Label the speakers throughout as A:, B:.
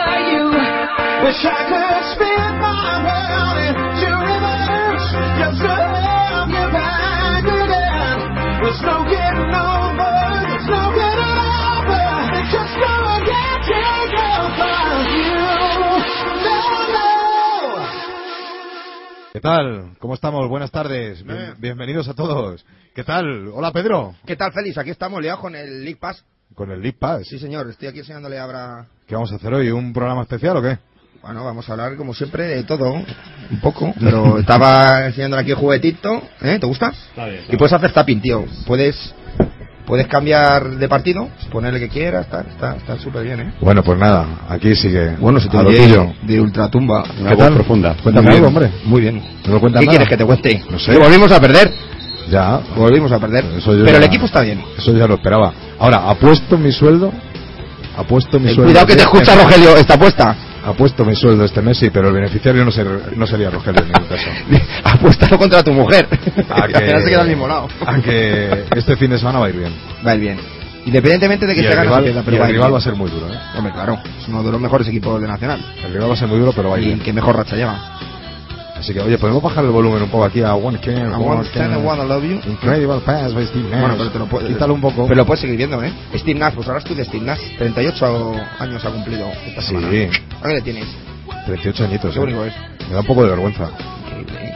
A: Wish I could spin my world into reverse Just to have you back again There's no getting over, there's no getting over Just know I can't take over you No, no
B: ¿Qué tal? ¿Cómo estamos? Buenas tardes. Bien- bienvenidos a todos. ¿Qué tal? Hola, Pedro.
C: ¿Qué tal, Félix? Aquí estamos liados con el League Pass.
B: Con el League Pass.
C: Sí, señor, estoy aquí enseñándole ahora.
B: ¿Qué vamos a hacer hoy? ¿Un programa especial o qué?
C: Bueno, vamos a hablar como siempre de todo, un poco. Pero estaba enseñándole aquí el juguetito. ¿Eh? ¿Te gusta? Y puedes hacer tapping, tío. Puedes, puedes cambiar de partido, poner el que quieras, está está está súper bien, ¿eh?
B: Bueno, pues nada. Aquí sigue. a lo
C: oye
B: tuyo.
C: de ultratumba.
B: ¿Qué tal? Cuéntame
C: Muy bien,
B: algo, hombre.
C: Muy bien.
B: ¿No me cuentas
C: ¿Qué
B: nada?
C: quieres que te cueste?
B: No sé.
C: Que volvimos a perder.
B: Ya.
C: Volvimos a perder.
B: Eso yo
C: Pero el
B: ya-
C: equipo está bien.
B: Eso ya lo esperaba. Ahora, apuesto mi sueldo. Apuesto mi
C: Eh,
B: sueldo.
C: Cuidado que te
B: este
C: escucha
B: mes.
C: Rogelio, esta apuesta.
B: Apuesto mi sueldo este mes, sí, pero el beneficiario no, ser- no sería Rogelio en ningún caso.
C: Apuéstalo contra tu mujer.
D: Ah,
B: A
C: Al final se queda al mismo lado.
B: A que este fin de semana va a ir bien.
C: Va a ir bien. Independientemente de que
B: y
C: se
B: el
C: gane o se
B: rival,
C: pierda,
B: y
C: pero
B: el
C: va a ir
B: rival va a
C: bien.
B: ser muy duro, ¿eh?
C: Hombre, claro. Es uno de los mejores equipos de Nacional.
B: El rival va a ser muy duro, pero va a ir
C: Y
B: bien.
C: que mejor racha lleva.
B: Así que, oye, podemos bajar el volumen un poco aquí a One Can,
C: I want to stand and wanna love you.
B: Incredible Pass by Steve Nash.
C: Bueno, pero te lo puedes...
B: Quítalo un poco.
C: Pero lo puedes seguir viendo, ¿eh? Steve Nash, pues ahora tú de Steve Nash. 38 años ha cumplido esta
B: Sí, Pues
C: semana. ¿A qué le tienes?
B: 38 añitos.
C: Qué
B: ¿eh?
C: bonito es.
B: Me da un poco de vergüenza.
C: Increíble, ¿eh?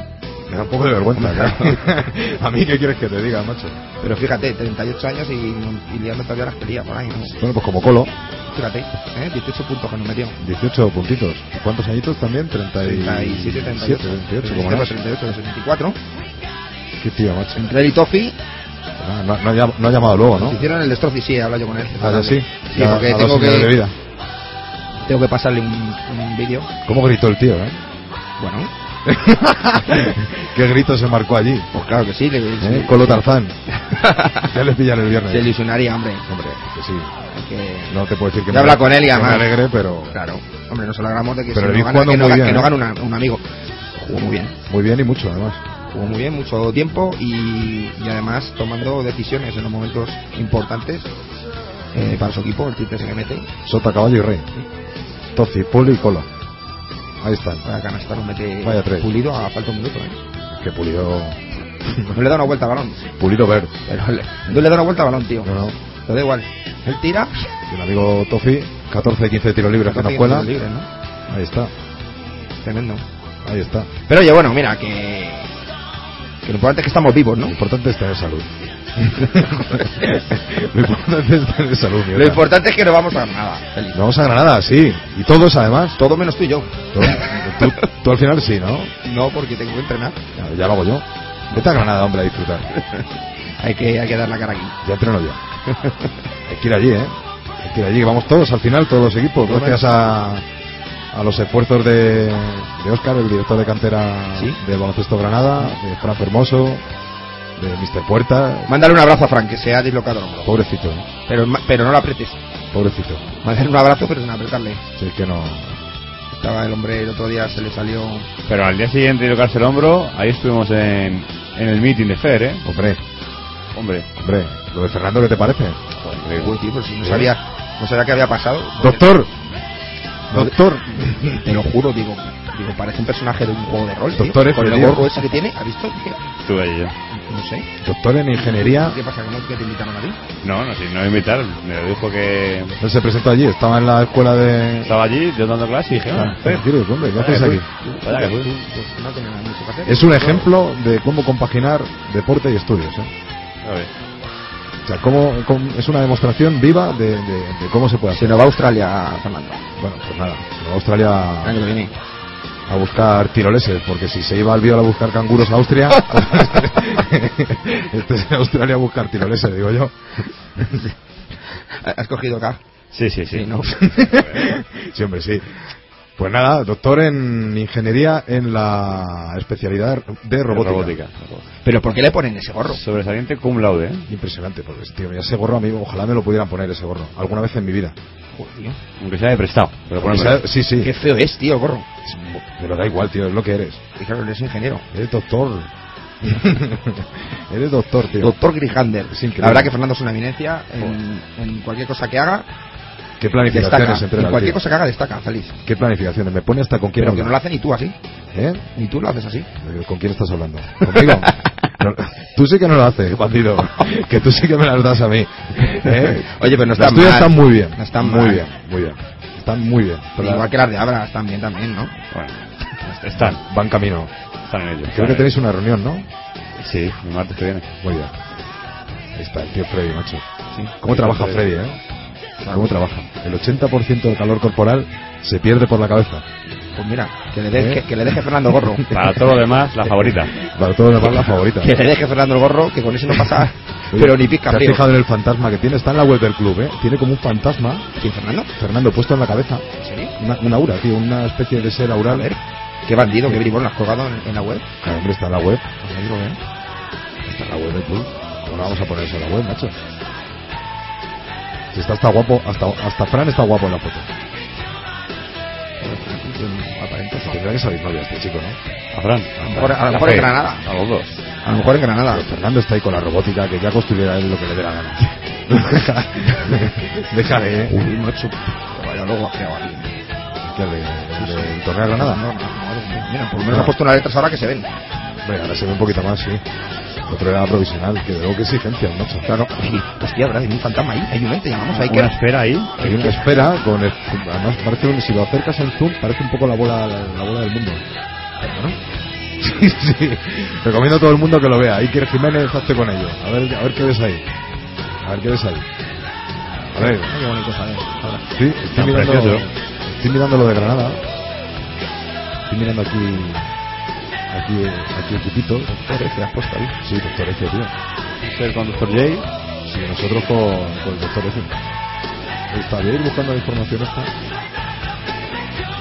B: Me da un poco de vergüenza,
C: Hombre,
B: claro. A mí, ¿qué quieres que te diga, macho?
C: Pero fíjate, 38 años y, y liando todavía las peleas por ahí, ¿no?
B: Bueno, pues como Colo,
C: Fíjate, ¿eh? 18 puntos que nos metió.
B: 18 puntitos. ¿Cuántos añitos también?
C: 37,
B: 37,
C: 38.
B: 38, como no.
C: 38, 64.
B: Qué tío, macho.
C: Entre él y Toffee
B: Ah, no, no ha llam- no ha llamado luego, ¿no?
C: Se hicieron el destrozo y sí, he hablado yo con él.
B: Ah, ya sí.
C: Sí,
B: Ya
C: porque
B: ha dado
C: tengo
B: señales de vida.
C: que, tengo que pasarle un, un vídeo.
B: ¿Cómo gritó el tío, eh?
C: Bueno,
B: ¿Qué grito se marcó allí?
C: pues claro que sí, le,
B: ¿Eh? Colo Tarzán. Ya les pillan el viernes.
C: se ilusionaría, hombre.
B: Hombre, que sí.
C: que-
B: No te puedo decir que
C: Yo
B: me,
C: habla con él y
B: que
C: además.
B: me alegre, pero
C: Claro, hombre, nos alegramos de que,
B: Pero
C: si
B: le vi
C: no gana,
B: jugando
C: que, no,
B: muy
C: ga-
B: bien,
C: que no
B: ¿eh?
C: gane una- un amigo. Jugó muy bien,
B: muy bien y mucho, además.
C: jugó muy bien, mucho tiempo y, y además tomando decisiones en los momentos importantes eh, para su equipo, el triple se le mete.
B: Sota, caballo y rey. Toci, Poli y Colo. Ahí están.
C: Para canastar un mete
B: Vaya tres.
C: pulido a falta de un minuto. ¿eh?
B: Que pulido...
C: No le da una vuelta al balón.
B: Pulido verde.
C: Pero le- no le da una vuelta al balón, tío.
B: No, no.
C: Pero da igual. Él tira.
B: Y el amigo Tofi, 14, 15 tiros libres que nos cuela.
C: Libre, ¿no?
B: Ahí está.
C: Tremendo.
B: Ahí está.
C: Pero oye, bueno, mira, que. Que lo importante es que estamos vivos, ¿no?
B: Lo importante es tener salud. Lo importante es tener salud. mierda.
C: Lo importante es que no vamos a ganar nada, Félix.
B: No vamos a Granada, sí. Y todos, además.
C: Todo menos tú y yo.
B: Tú, tú- tú al final sí, ¿no?
C: No, porque tengo que entrenar.
B: Ya, ya lo hago yo. Vete a Granada, hombre, a disfrutar.
C: Hay que, hay que dar la cara aquí.
B: Ya entreno yo. Hay que ir allí, ¿eh? Hay que ir allí, que vamos todos al final, todos los equipos.
C: Todos.
B: Gracias a, a los esfuerzos de, de Oscar, el director de cantera
C: Sí.
B: del Baloncesto Granada, de Fran Hermoso, de Mr. Puerta.
C: Mándale un abrazo a Frank, que se ha dislocado el hombro.
B: Pobrecito, ¿eh?
C: Pero, ma- pero no lo apretes.
B: pobrecito.
C: Mándale un abrazo, pero sin apretarle.
B: Si es que no.
C: Estaba el hombre el otro día, se le salió.
D: Pero al día siguiente de tocarse el hombro, ahí estuvimos en, en el meeting de Fer, ¿eh?
B: Hombre,
D: Hombre.
B: hombre, lo de Fernando, ¿qué te parece?
C: Uy, tío, pero si no sabía, no sabía qué había pasado.
B: Doctor, doctor,
C: Te lo juro, digo, digo, parece un personaje de un juego de rol. tío.
B: Doctor F,
C: Con el
B: tío.
C: gorro ese que tiene, ¿ha visto? No
D: Estuve allí yo.
C: sé.
B: doctor en ingeniería.
C: ¿Qué pasa? ¿Que no que te invitaron a ti?
D: No, no, sí, no me invitaron. Me dijo que
B: Él se presentó allí, estaba en la escuela de.
D: estaba allí, yo dando clase y dije,
B: Ah,
D: ah, Fer.
B: tranquilo, hombre, ¿qué haces aquí?
C: eh,
D: Vaya que fui.
C: Pues no tenía nada mucho que hacer.
B: Es un ejemplo de cómo compaginar deporte y estudios. ¿eh?
D: A ver.
B: O sea, cómo, cómo- es una demostración viva de, de- de cómo se puede
C: Se
B: hacer.
C: nos va a Australia, Fernando.
B: Bueno, pues nada, se va a Australia
C: El año que viene.
B: a buscar tiroleses, porque si se iba al Biol a buscar canguros a Austria, este es en Australia a buscar tiroleses, digo yo.
C: ¿Has cogido acá?
D: Sí, sí, sí.
C: Sí, no.
B: Sí, hombre, sí. Pues nada, doctor en ingeniería en la especialidad de robótica.
D: Robótica.
C: Pero ¿por qué le ponen ese gorro?
D: Sobresaliente cum laude, ¿eh?
B: Impresionante, porque tío, mira, ese gorro a mí, ojalá me lo pudieran poner ese gorro, alguna vez en mi vida.
D: Aunque sea de prestado.
B: O
D: Pero ponérmelo.
B: sea, sí, sí,
C: Qué feo es, tío, el gorro.
B: pero da igual, tío, es lo que eres.
C: Y claro, eres ingeniero.
B: Eres doctor. eres doctor, tío.
C: Doctor Grijander.
B: Es increíble.
C: La verdad que Fernando es una eminencia en, en cualquier cosa que haga,
B: ¿Qué planificaciones
C: destaca.
B: entrega,
C: En cualquier
B: tío?
C: cosa que haga, destaca, feliz.
B: ¿Qué planificaciones? Me pone hasta con quién
C: Pero que no lo
B: hablar.
C: hace ni tú así.
B: ¿Eh?
C: Ni tú lo haces así.
B: Eh, ¿Con quién estás hablando? ¿Conmigo? No, tú sí que no lo haces, Juancito. Que tú sí que me las das a mí. ¿Eh?
C: Oye, pero no está
B: las tuyas
C: mal.
B: están muy bien.
C: No están
B: muy
C: mal.
B: bien, muy bien. Están muy bien. Pero
C: Igual que las de Abra están bien también, ¿no?
D: Bueno, están,
B: Van camino.
D: están en ello.
B: Creo que tenéis una reunión, ¿no?
D: Sí, el martes que viene.
B: Muy bien. Ahí está, el tío Freddy, macho. ¿Cómo trabaja Freddy, eh? ¿Cómo trabaja? El 80% del calor corporal se pierde por la cabeza.
C: Pues mira, que le, de-
B: ¿Eh?
C: que, que le deje Fernando el gorro.
D: Para todo lo demás, la favorita.
B: Para todos los demás, la favorita.
C: que le deje Fernando el gorro, que con eso no pasa,
B: Oye,
C: pero ni pica
B: ¿Te has
C: frío.
B: fijado en el fantasma que tiene? Está en la web del club, ¿eh? Tiene como un fantasma,
C: ¿Quién, Fernando?
B: Fernando, puesto en la cabeza.
C: ¿En serio?
B: Una, una aura, tío, una especie de ser
C: A
B: aural.
C: ver, qué bandido, qué bribón, lo has colgado en, en la web.
B: Claro, hombre, está en la web.
C: Pues ahí lo veo.
B: Está en la web del club. ¿Cómo no vamos a poner eso en la web, macho? Si está hasta guapo, hasta, hasta Fran está guapo en la foto.
C: Aparente.
B: Tendrá que salir novia este chico, ¿no?
D: A Fran.
C: A lo mejor- a lo mejor en Granada.
D: A los dos.
C: A lo mejor en Granada.
B: Pero Fernando está ahí con la robótica, que ya construirá él lo que le dé la gana. Déjale, ¿eh?
C: Uy, macho. Que Vaya luego ha creado aquí.
B: ¿Qué, el de, el de Torneo Granada?
C: No, no, madre mía. Mira, por lo menos ha puesto unas letras ahora que se ven.
B: Hombre, ahora se ve un poquito más, sí. Otro era provisional, que luego que exigencia, macho.
C: Claro. Hostia, habrá hay un fantasma ahí. Hay un ente, llamamos a
D: Una
C: Iker.
D: espera ahí.
B: Hay una espera con el- además parece un, si lo acercas al zoom parece un poco la bola la, bola del mundo. ¿No? Sí, sí. Recomiendo a todo el mundo que lo vea. Iker Jiménez hazte con ello. A ver, a ver qué ves ahí. A ver qué ves ahí. A ver,
C: Ay, Qué bonito sale. Ahora.
B: sí, estoy
D: Tan
B: mirando,
D: precioso.
B: estoy mirando lo de Granada. Estoy mirando aquí aquí aquí el tipito.
C: Pérez, que has puesto ahí.
B: Sí, doctor Ezio, tío.
D: El conductor Jay.
B: Sí, nosotros con, con el doctor Ezio. Está bien buscando la información esta.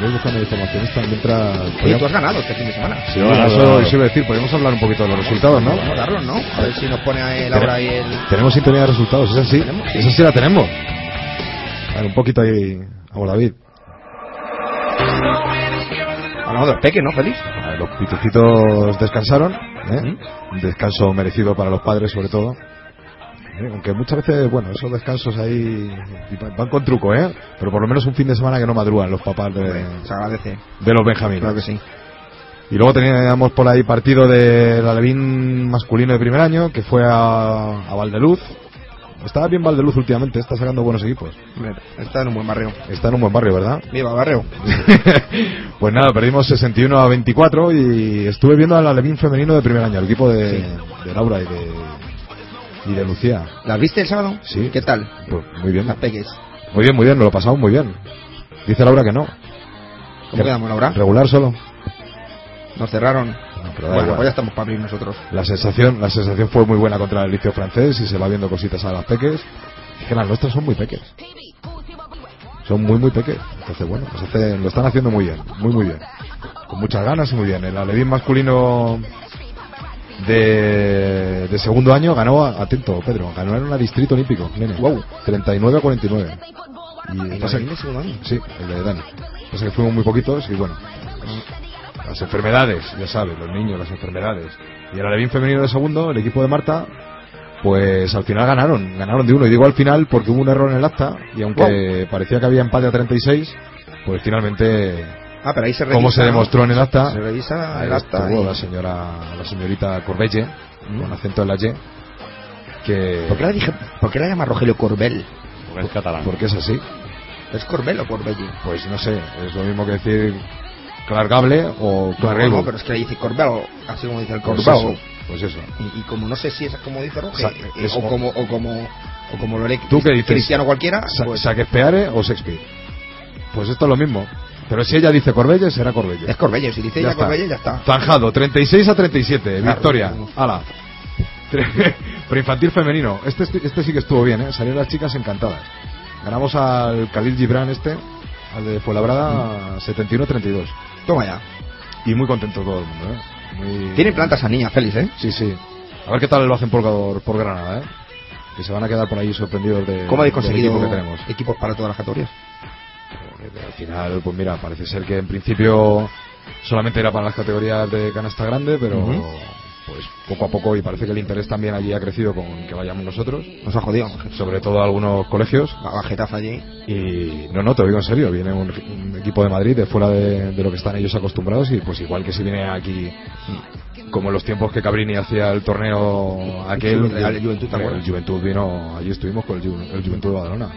B: Voy buscando la información esta mientras.
C: Oye, tú has ganado este fin de semana.
D: Sí,
B: Bueno,
D: hola,
B: eso,
D: hola.
B: eso iba a decir, podemos hablar un poquito de los resultados, ¿no?
C: Vamos a darlos, ¿no? A ver si nos pone el ahora y el...
B: Tenemos sintonía de resultados, esa sí. Esa sí la tenemos. A ver, un poquito ahí. Vamos, David.
C: Hablamos del peque, ¿no, Feliz?
B: A ver, los pitecitos descansaron. ¿eh? Un descanso merecido para los padres, sobre todo. Eh, Aunque muchas veces, bueno, esos descansos ahí y va- van con truco, ¿eh? Pero por lo menos un fin de semana que no madrugan los papás de,
C: Hombre, Se agradece.
B: de los Benjamín.
C: Claro que sí.
B: Y luego teníamos por ahí partido del Alevín masculino de primer año, que fue a, a Valdeluz. Estaba bien Valdeluz últimamente, está sacando buenos equipos.
C: Hombre, está en un buen barrio.
B: Está en un buen barrio, ¿verdad?
C: Viva barrio.
B: pues nada, perdimos 61 a 24 y estuve viendo al Alevín femenino de primer año, el equipo de, de Laura y de, y de Lucía.
C: ¿Las viste el sábado?
B: Sí.
C: ¿Qué tal?
B: Pues muy bien,
C: Las peques.
B: muy bien, muy bien, nos lo pasamos muy bien. Dice Laura que no,
C: ¿Cómo quedamos, Laura?
B: regular solo.
C: Nos cerraron.
B: No, pero da
C: Bueno,
B: igual.
C: pues ya estamos para abrir nosotros.
B: La sensación, la sensación fue muy buena contra el liceo francés y se va viendo cositas a las peques. Es que las nuestras son muy peques. Son muy, muy peques. Entonces, bueno, pues hace- lo están haciendo muy bien, muy, muy bien. Con muchas ganas y muy bien. El alevín masculino de, de segundo año ganó, a- atento, Pedro, ganó en una distrito olímpico, nene. Wow, 39 a 49. Y,
C: ¿Y
B: pasa
C: Alevín
B: que-
C: de segundo año?
B: Sí, el de Dani. Pasa que fuimos muy poquitos y bueno, las enfermedades, ya sabes, los niños, las enfermedades. Y el Alevín femenino de segundo, el equipo de Marta, pues al final ganaron, ganaron de uno. Y digo al final porque hubo un error en el acta y aunque parecía que había empate a 36, pues finalmente,
C: Ah, pero ahí se revisa.
B: como se
C: ¿no?
B: demostró en el acta,
C: Se revisa
B: ahí
C: el acta.
B: estuvo
C: y-
B: la señora, la señorita Corbelle,
C: Mm.
B: con acento en la Y, que...
C: ¿Por qué la dije? ¿Por qué la llama Rogelio Corbel?
D: Porque es catalán.
B: Porque es así.
C: ¿Es Corbel o Corbelli?
B: Pues no sé, es lo mismo que decir Clargable o Clargable.
C: No, pero es que le dice Corbel, así como dice el
B: Pues
C: Corbel.
B: eso, pues eso.
C: Y, y como no sé si es como dice Roge,
B: Sa-
C: eh,
B: es-
C: o como o como o como lo haré
B: ¿Tú qué dices?
C: cristiano cualquiera,
B: Sa
C: pues,
B: Shakespeare o Shakespeare. Pues esto es lo mismo. Pero si ella dice Corbelles, será Corbelles.
C: Es Corbello, si dice
B: Ya
C: ya
B: está.
C: Corbello, ya está. Ah,
B: Zanjado, 36 a 37,
C: Claro.
B: victoria. Ala. Tre- Preinfantil femenino. Este, estu- este sí que estuvo bien, ¿eh? Salieron las chicas encantadas. Ganamos al Khalil Gibran este, al de
C: Mm.
B: Fuenlabrada, 71-32.
C: Toma ya.
B: Y muy contento todo el mundo, ¿eh? Muy-
C: Tiene plantas esa niña, Félix, ¿eh?
B: Sí, sí. A ver qué tal lo hacen por, por Granada, ¿eh? Que se van a quedar por ahí sorprendidos de,
C: ¿Cómo habéis
B: Eh, del
C: conseguido
B: equipo que tenemos.
C: equipos para todas las categorías?
B: Al final, pues mira, parece ser que en principio solamente era para las categorías de canasta grande, pero
C: Ujú.
B: pues poco a poco y parece que el interés también allí ha crecido con que vayamos nosotros,
C: Nos ha jodido.
B: sobre todo a algunos colegios.
C: La la Getafe allí.
B: Y no, no, te lo digo en serio, viene un, un equipo de Madrid de fuera de, de lo que están ellos acostumbrados y pues igual que si viene aquí como en los tiempos que Cabrini hacía el torneo aquel
C: Juventud, el Juventud, ¿te acuerdas?
B: el Juventud vino allí estuvimos con el, Ju- el Juventud de Badalona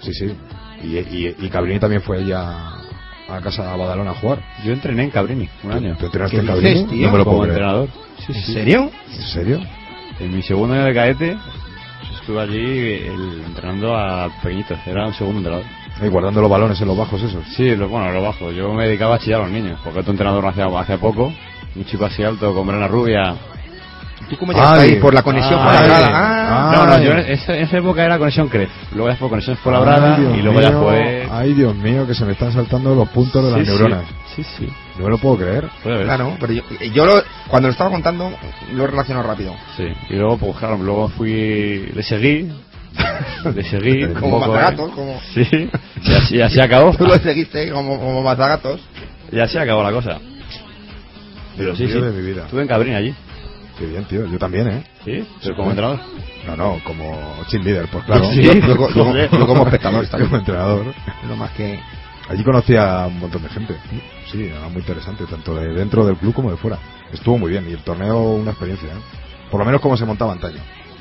B: sí sí y, y, y Cabrini también fue allá a casa a Badalona a jugar
D: Yo entrené en Cabrini un año.
B: ¿Tú entrenaste
C: ¿Qué
B: en Cabrini?
C: dices, tío?
B: no me lo
D: como
B: puedo creer
D: entrenador.
C: ¿En serio?
B: ¿en serio?
D: En mi segundo año de cadete estuve allí el- entrenando a pequeñitos. Era un segundo entrenador.
B: y guardando los balones en los bajos esos
D: Sí, lo, bueno, lo bajo. Yo me dedicaba a chillar a los niños, porque otro entrenador hacía hace poco, un chico así alto con brana rubia.
C: ¿Tú cómo llegaste
B: Ay.
C: ahí? Por la conexión
D: Ay.
C: con la grada.
B: Ah.
C: Ah.
D: No, no, yo en esa, en esa época era conexión Cref, luego ya fue conexión Folabrada
C: Ah,
B: Ay, Dios
D: y luego ya
B: mío,
D: fue...
B: ay Dios mío que se me están saltando los puntos de las
D: Sí,
B: neuronas
D: Sí, sí. sí.
B: no me lo puedo creer
D: Puede haber.
C: Claro, pero yo, yo lo- cuando lo estaba contando, lo he relacionado rápido.
D: Sí, y luego, pues claro, luego fui, le seguí, le seguí. un
C: Como
D: poco,
C: matagatos,
D: eh.
C: como...
D: Sí, y así, y así acabó.
C: Tú lo seguiste como, como matagatos.
D: Y así acabó la cosa. Pero sí,
B: Dios
D: sí.
B: mío de mi vida
D: Estuve en Cabrini allí.
B: qué bien tío yo también eh
D: Sí, pero como entrenador.
B: No, no, como cheerleader, pues claro.
D: Sí.
C: Yo, yo- yo-
D: Joder.
C: yo como espectador está
B: como
C: bien.
B: entrenador.
C: Lo más que...
B: Allí conocía a un montón de gente. Sí, era muy interesante, tanto de dentro del club como de fuera. Estuvo muy bien y el torneo una experiencia. ¿eh? Por lo menos como se montaba antaño.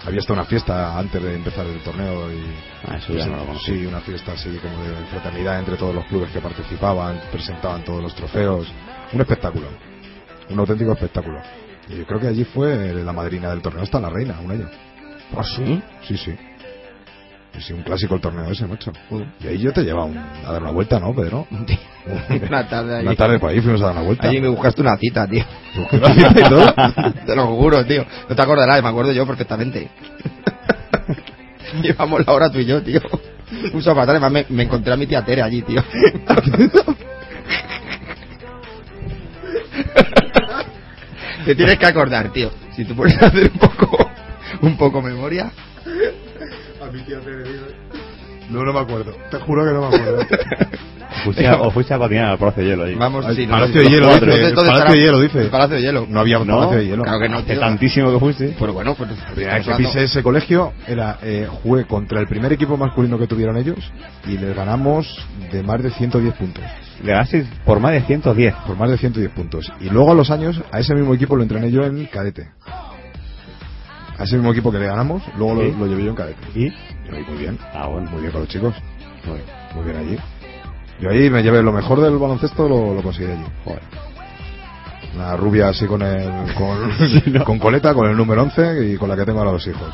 B: Había hasta una fiesta antes de empezar el torneo y pues,
D: Ah, eso ya no lo conocí.
B: sí, una fiesta así como de fraternidad entre todos los clubes que participaban, presentaban todos los trofeos. Un espectáculo, un auténtico espectáculo. Y yo creo que allí fue la madrina del torneo hasta la reina, un año.
C: ¿Ah, sí?
B: Sí, sí. Sí, sí, un clásico el torneo ese, macho. Y ahí yo te llevaba un- a dar una vuelta, ¿no, Pedro?
C: Una tarde allí.
B: Una tarde por ahí fuimos a dar una vuelta.
C: Allí me buscaste una cita, tío.
B: Y todo.
C: Te lo juro, tío. No te acordarás, me acuerdo yo perfectamente. Llevamos la hora tú y yo, tío. Un fatal, además me, me encontré a mi tía Tere allí, tío. Te tienes que acordar, tío. Si tú puedes hacer un poco, un poco memoria.
B: No, no me acuerdo. Te juro que no me acuerdo.
D: Fuiste a- o fuiste a patinar al Palacio de Hielo allí.
C: Vamos,
B: Al
C: sí,
B: Palacio
C: sé,
B: de Hielo,
C: ¿dónde-
B: dice,
C: dónde
B: el Palacio
C: estará?
B: de Hielo, dice.
C: El Palacio de Hielo.
B: No había palacio de hielo.
C: Claro que no,
D: Hace
C: tío.
D: tantísimo que fuiste.
C: Pero bueno, pues.
B: La primera vez que pisé ese colegio era eh, jugué contra el primer equipo masculino que tuvieron ellos y les ganamos de más de 110 puntos.
D: Le ganaste por más de 110.
B: Por más de 110 puntos. Y luego a los años, a ese mismo equipo lo entrené yo en cadete. A ese mismo equipo que le ganamos, luego
D: Sí.
B: lo, lo llevé yo en cadete.
D: ¿Y?
B: Yo ahí muy bien,
D: Ah, bueno,
B: muy bien con los chicos. Muy, muy bien allí. Yo ahí me llevé lo mejor del baloncesto, lo, lo conseguí allí.
D: Joder.
B: Una rubia así con, el, con,
D: Sí, ¿no?
B: con coleta, con el número 11 y con la que tengo a los hijos.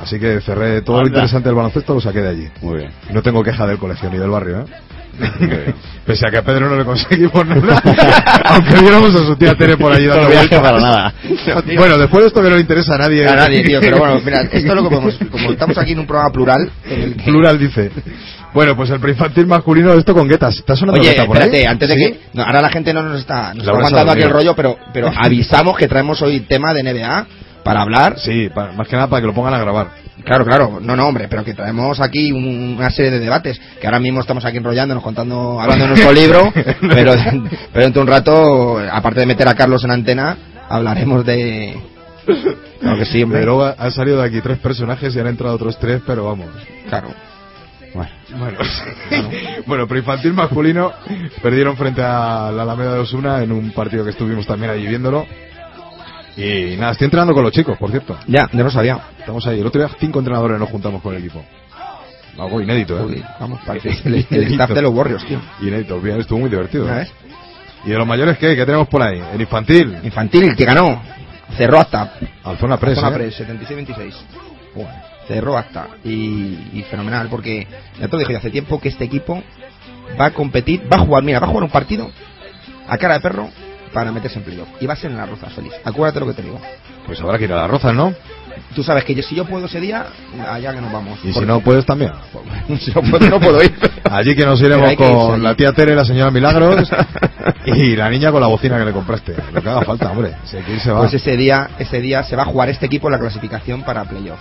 B: Así que cerré todo lo
D: Anda.
B: interesante del baloncesto, lo saqué de allí.
D: Muy bien.
B: Y no tengo queja del colegio ni del barrio, ¿eh?
D: bien.
B: Pese a que a Pedro no le conseguimos nada, aunque viéramos a su tía Tere por allí dando
D: No viaje
B: vueltas.
D: para nada.
B: Bueno, después de esto que no le interesa a nadie.
C: A nadie, tío, pero bueno, mira, esto es lo que podemos. Como estamos aquí en un programa plural, en el que-
B: Plural dice. Bueno, pues el preinfantil masculino, esto con guetas. ¿Está sonando
C: Oye,
B: gueta por ahí?
C: espérate, antes de
B: ¿Sí?
C: que. no, ahora la gente no nos está, nos está
B: La vas a
C: mandando aquí
B: dormir.
C: el rollo, pero, pero avisamos que traemos hoy tema de NBA para hablar.
B: Sí, pa- más que nada para que lo pongan a grabar.
C: Claro, claro, no, no, hombre, pero que traemos aquí un- una serie de debates. Que ahora mismo estamos aquí enrollándonos, contando, hablando de nuestro libro, pero, pero dentro de un rato, aparte de meter a Carlos en antena, hablaremos de. Claro que sí,
B: De
C: hombre.
B: luego ha- han salido de aquí tres personajes y han entrado otros tres, pero vamos.
C: Claro.
B: Bueno, bueno preinfantil masculino perdieron frente a la Alameda de Osuna en un partido que estuvimos también allí viéndolo. Y nada, estoy entrenando con los chicos, por cierto.
C: Ya, ya lo sabía.
B: Estamos ahí. El otro día cinco entrenadores nos juntamos con el equipo. Algo inédito, ¿eh?
C: Uy, vamos, parece el, el staff de los Warriors, tío. Ah,
B: Inédito, bien, estuvo muy divertido.
C: ¿Una
B: ¿eh?
C: vez?
B: ¿Y de los mayores qué? ¿Qué tenemos por ahí? El infantil.
C: Infantil, que ganó. Cerró hasta
B: Al zona press.
C: Zona
B: ¿eh?
C: Press, 76-26. Cerró hasta. Y, y fenomenal, porque ya te lo dije yo hace tiempo que este equipo va a competir, va a jugar, mira, va a jugar un partido a cara de perro para meterse en playoff. Y va a ser en las rozas, feliz. Acuérdate lo que te digo.
B: Pues habrá que ir a las rozas, ¿no?
C: Tú sabes que yo- si yo puedo ese día, allá que nos vamos.
B: Y si
C: Porque-
B: no puedes también.
C: si no puedo, no puedo ir.
B: Allí que nos
C: Pero
B: iremos
C: hay que irse
B: con
C: allí.
B: la tía Tere, la señora Milagros y la niña con la bocina que le compraste. Lo que haga falta, hombre. Si hay que irse, va.
C: Pues ese día, ese día se va a jugar este equipo en la clasificación para playoff.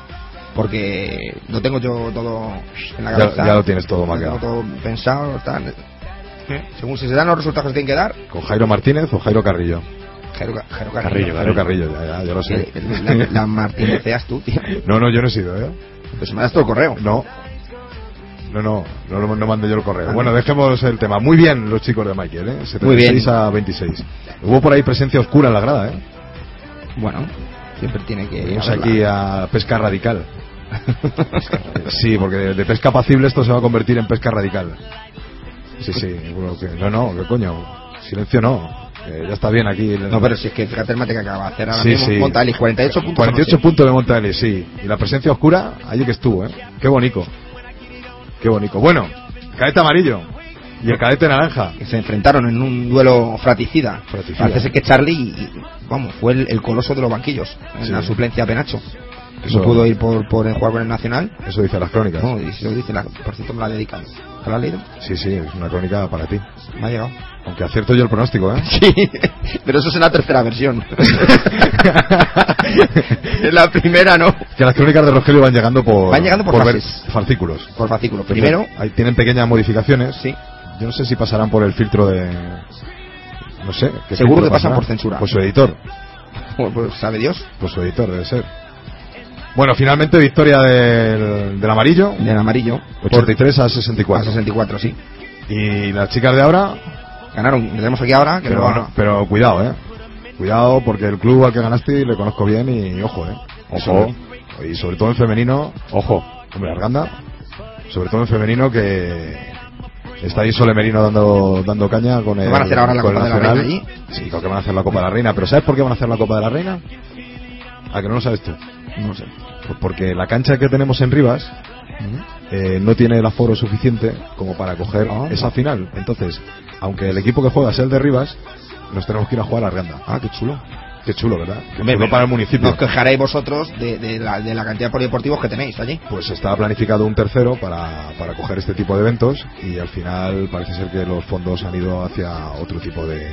C: Porque lo tengo yo todo en la
B: Ya-
C: cabeza.
B: ya lo tienes todo maqueado.
C: tengo todo pensado, tal. Según si se dan los resultados que tienen que dar,
B: ¿Con Jairo Martínez o Jairo Carrillo?
C: Jero, Jero
D: Carrillo,
C: Carrillo.
B: Jairo Carrillo, ya, ya, yo lo sé.
C: Eh, La, la martineceas tú, tío.
B: No, no, yo no he sido, ¿eh?
C: Pues me das todo el correo.
B: No. No, no, no, lo- no mandé yo el correo. Bueno, dejemos el tema. Muy bien los chicos de Michael, ¿eh? 76
C: Muy bien.
B: a 26. Hubo por ahí presencia oscura en la grada, ¿eh?
C: Bueno, siempre tiene que.
B: Venimos
C: haberla.
B: aquí a pesca radical. Sí, porque de, de pesca pacible esto se va a convertir en pesca radical. Sí, sí. bueno, que- no, no, qué coño. Silencio no. Eh, ya está bien aquí. el-
C: No, pero si es que fíjate el mate que acaba de hacer ahora
B: Sí,
C: mismo.
B: sí.
C: Montalis, 48 puntos.
B: 48 puntos de Montaeli, sí. Y la presencia oscura, allí que estuvo, ¿eh? Qué bonito. Qué bonito. Bueno, cadete amarillo y el cadete naranja.
C: Que se enfrentaron en un duelo fratricida.
B: Fratricida.
C: Parece ser que Charlie, y- vamos, fue el, el coloso de los banquillos en
B: Sí.
C: la suplencia a Penacho.
B: Eso-
C: No pudo ir por, por jugar con el Nacional.
B: Eso dice las crónicas.
C: No, y si lo dice, la, por cierto, me la dedican. ¿Te la has leído?
B: Sí, sí, es una crónica para ti.
C: Me ha llegado.
B: Aunque acierto yo el pronóstico, ¿eh?
C: Sí, pero eso es en la tercera versión. en la primera no.
B: Que las crónicas de Rogelio van llegando por...
C: Van llegando por
B: ver-
C: fases.
B: fascículos.
C: Por fascículo.
B: Entonces,
C: Primero,
B: ahí tienen pequeñas modificaciones.
C: sí.
B: Yo no sé si pasarán por el filtro de. No sé. ¿qué
C: Seguro
B: filtro
C: que pasan
B: pasará?
C: por censura.
B: Pues su editor.
C: Pues, pues, sabe Dios.
B: Pues su editor, debe ser. Bueno, finalmente victoria del, del amarillo.
C: Del amarillo.
B: 83 a
C: por, a
B: 64.
C: 64, sí.
B: Y las chicas de ahora.
C: Ganaron. Tenemos aquí ahora que
B: Pero,
C: no-
B: no- pero cuidado, eh. Cuidado, porque el club al que ganaste le conozco bien y ojo, eh.
D: Ojo.
B: Y sobre- Y sobre todo en femenino.
D: Ojo,
B: Hombre, Arganda. Sobre todo en femenino que. Está ahí Solemerino dando, dando caña con el.
C: ¿No van a hacer ahora la
B: con el
C: Copa de la
B: Nacional.
C: Reina
B: Sí, creo que van a hacer la Copa de la Reina. Pero ¿sabes por qué van a hacer la Copa de la Reina? ¿A que no lo sabes tú?
C: No sé.
B: Pues porque la cancha que tenemos en Rivas eh, no tiene el aforo suficiente como para coger
C: Ah.
B: esa final. Entonces, aunque el equipo que juega sea el de Rivas, nos tenemos que ir a jugar a Arganda.
C: Ah, qué chulo.
B: Qué chulo, ¿verdad? Qué
C: Hombre, pero
B: chulo Pues para el municipio.
C: Nos quejaréis vosotros de, de la, de la cantidad de polideportivos que tenéis allí.
B: Pues estaba planificado un tercero para, para coger este tipo de eventos y al final parece ser que los fondos han ido hacia otro tipo de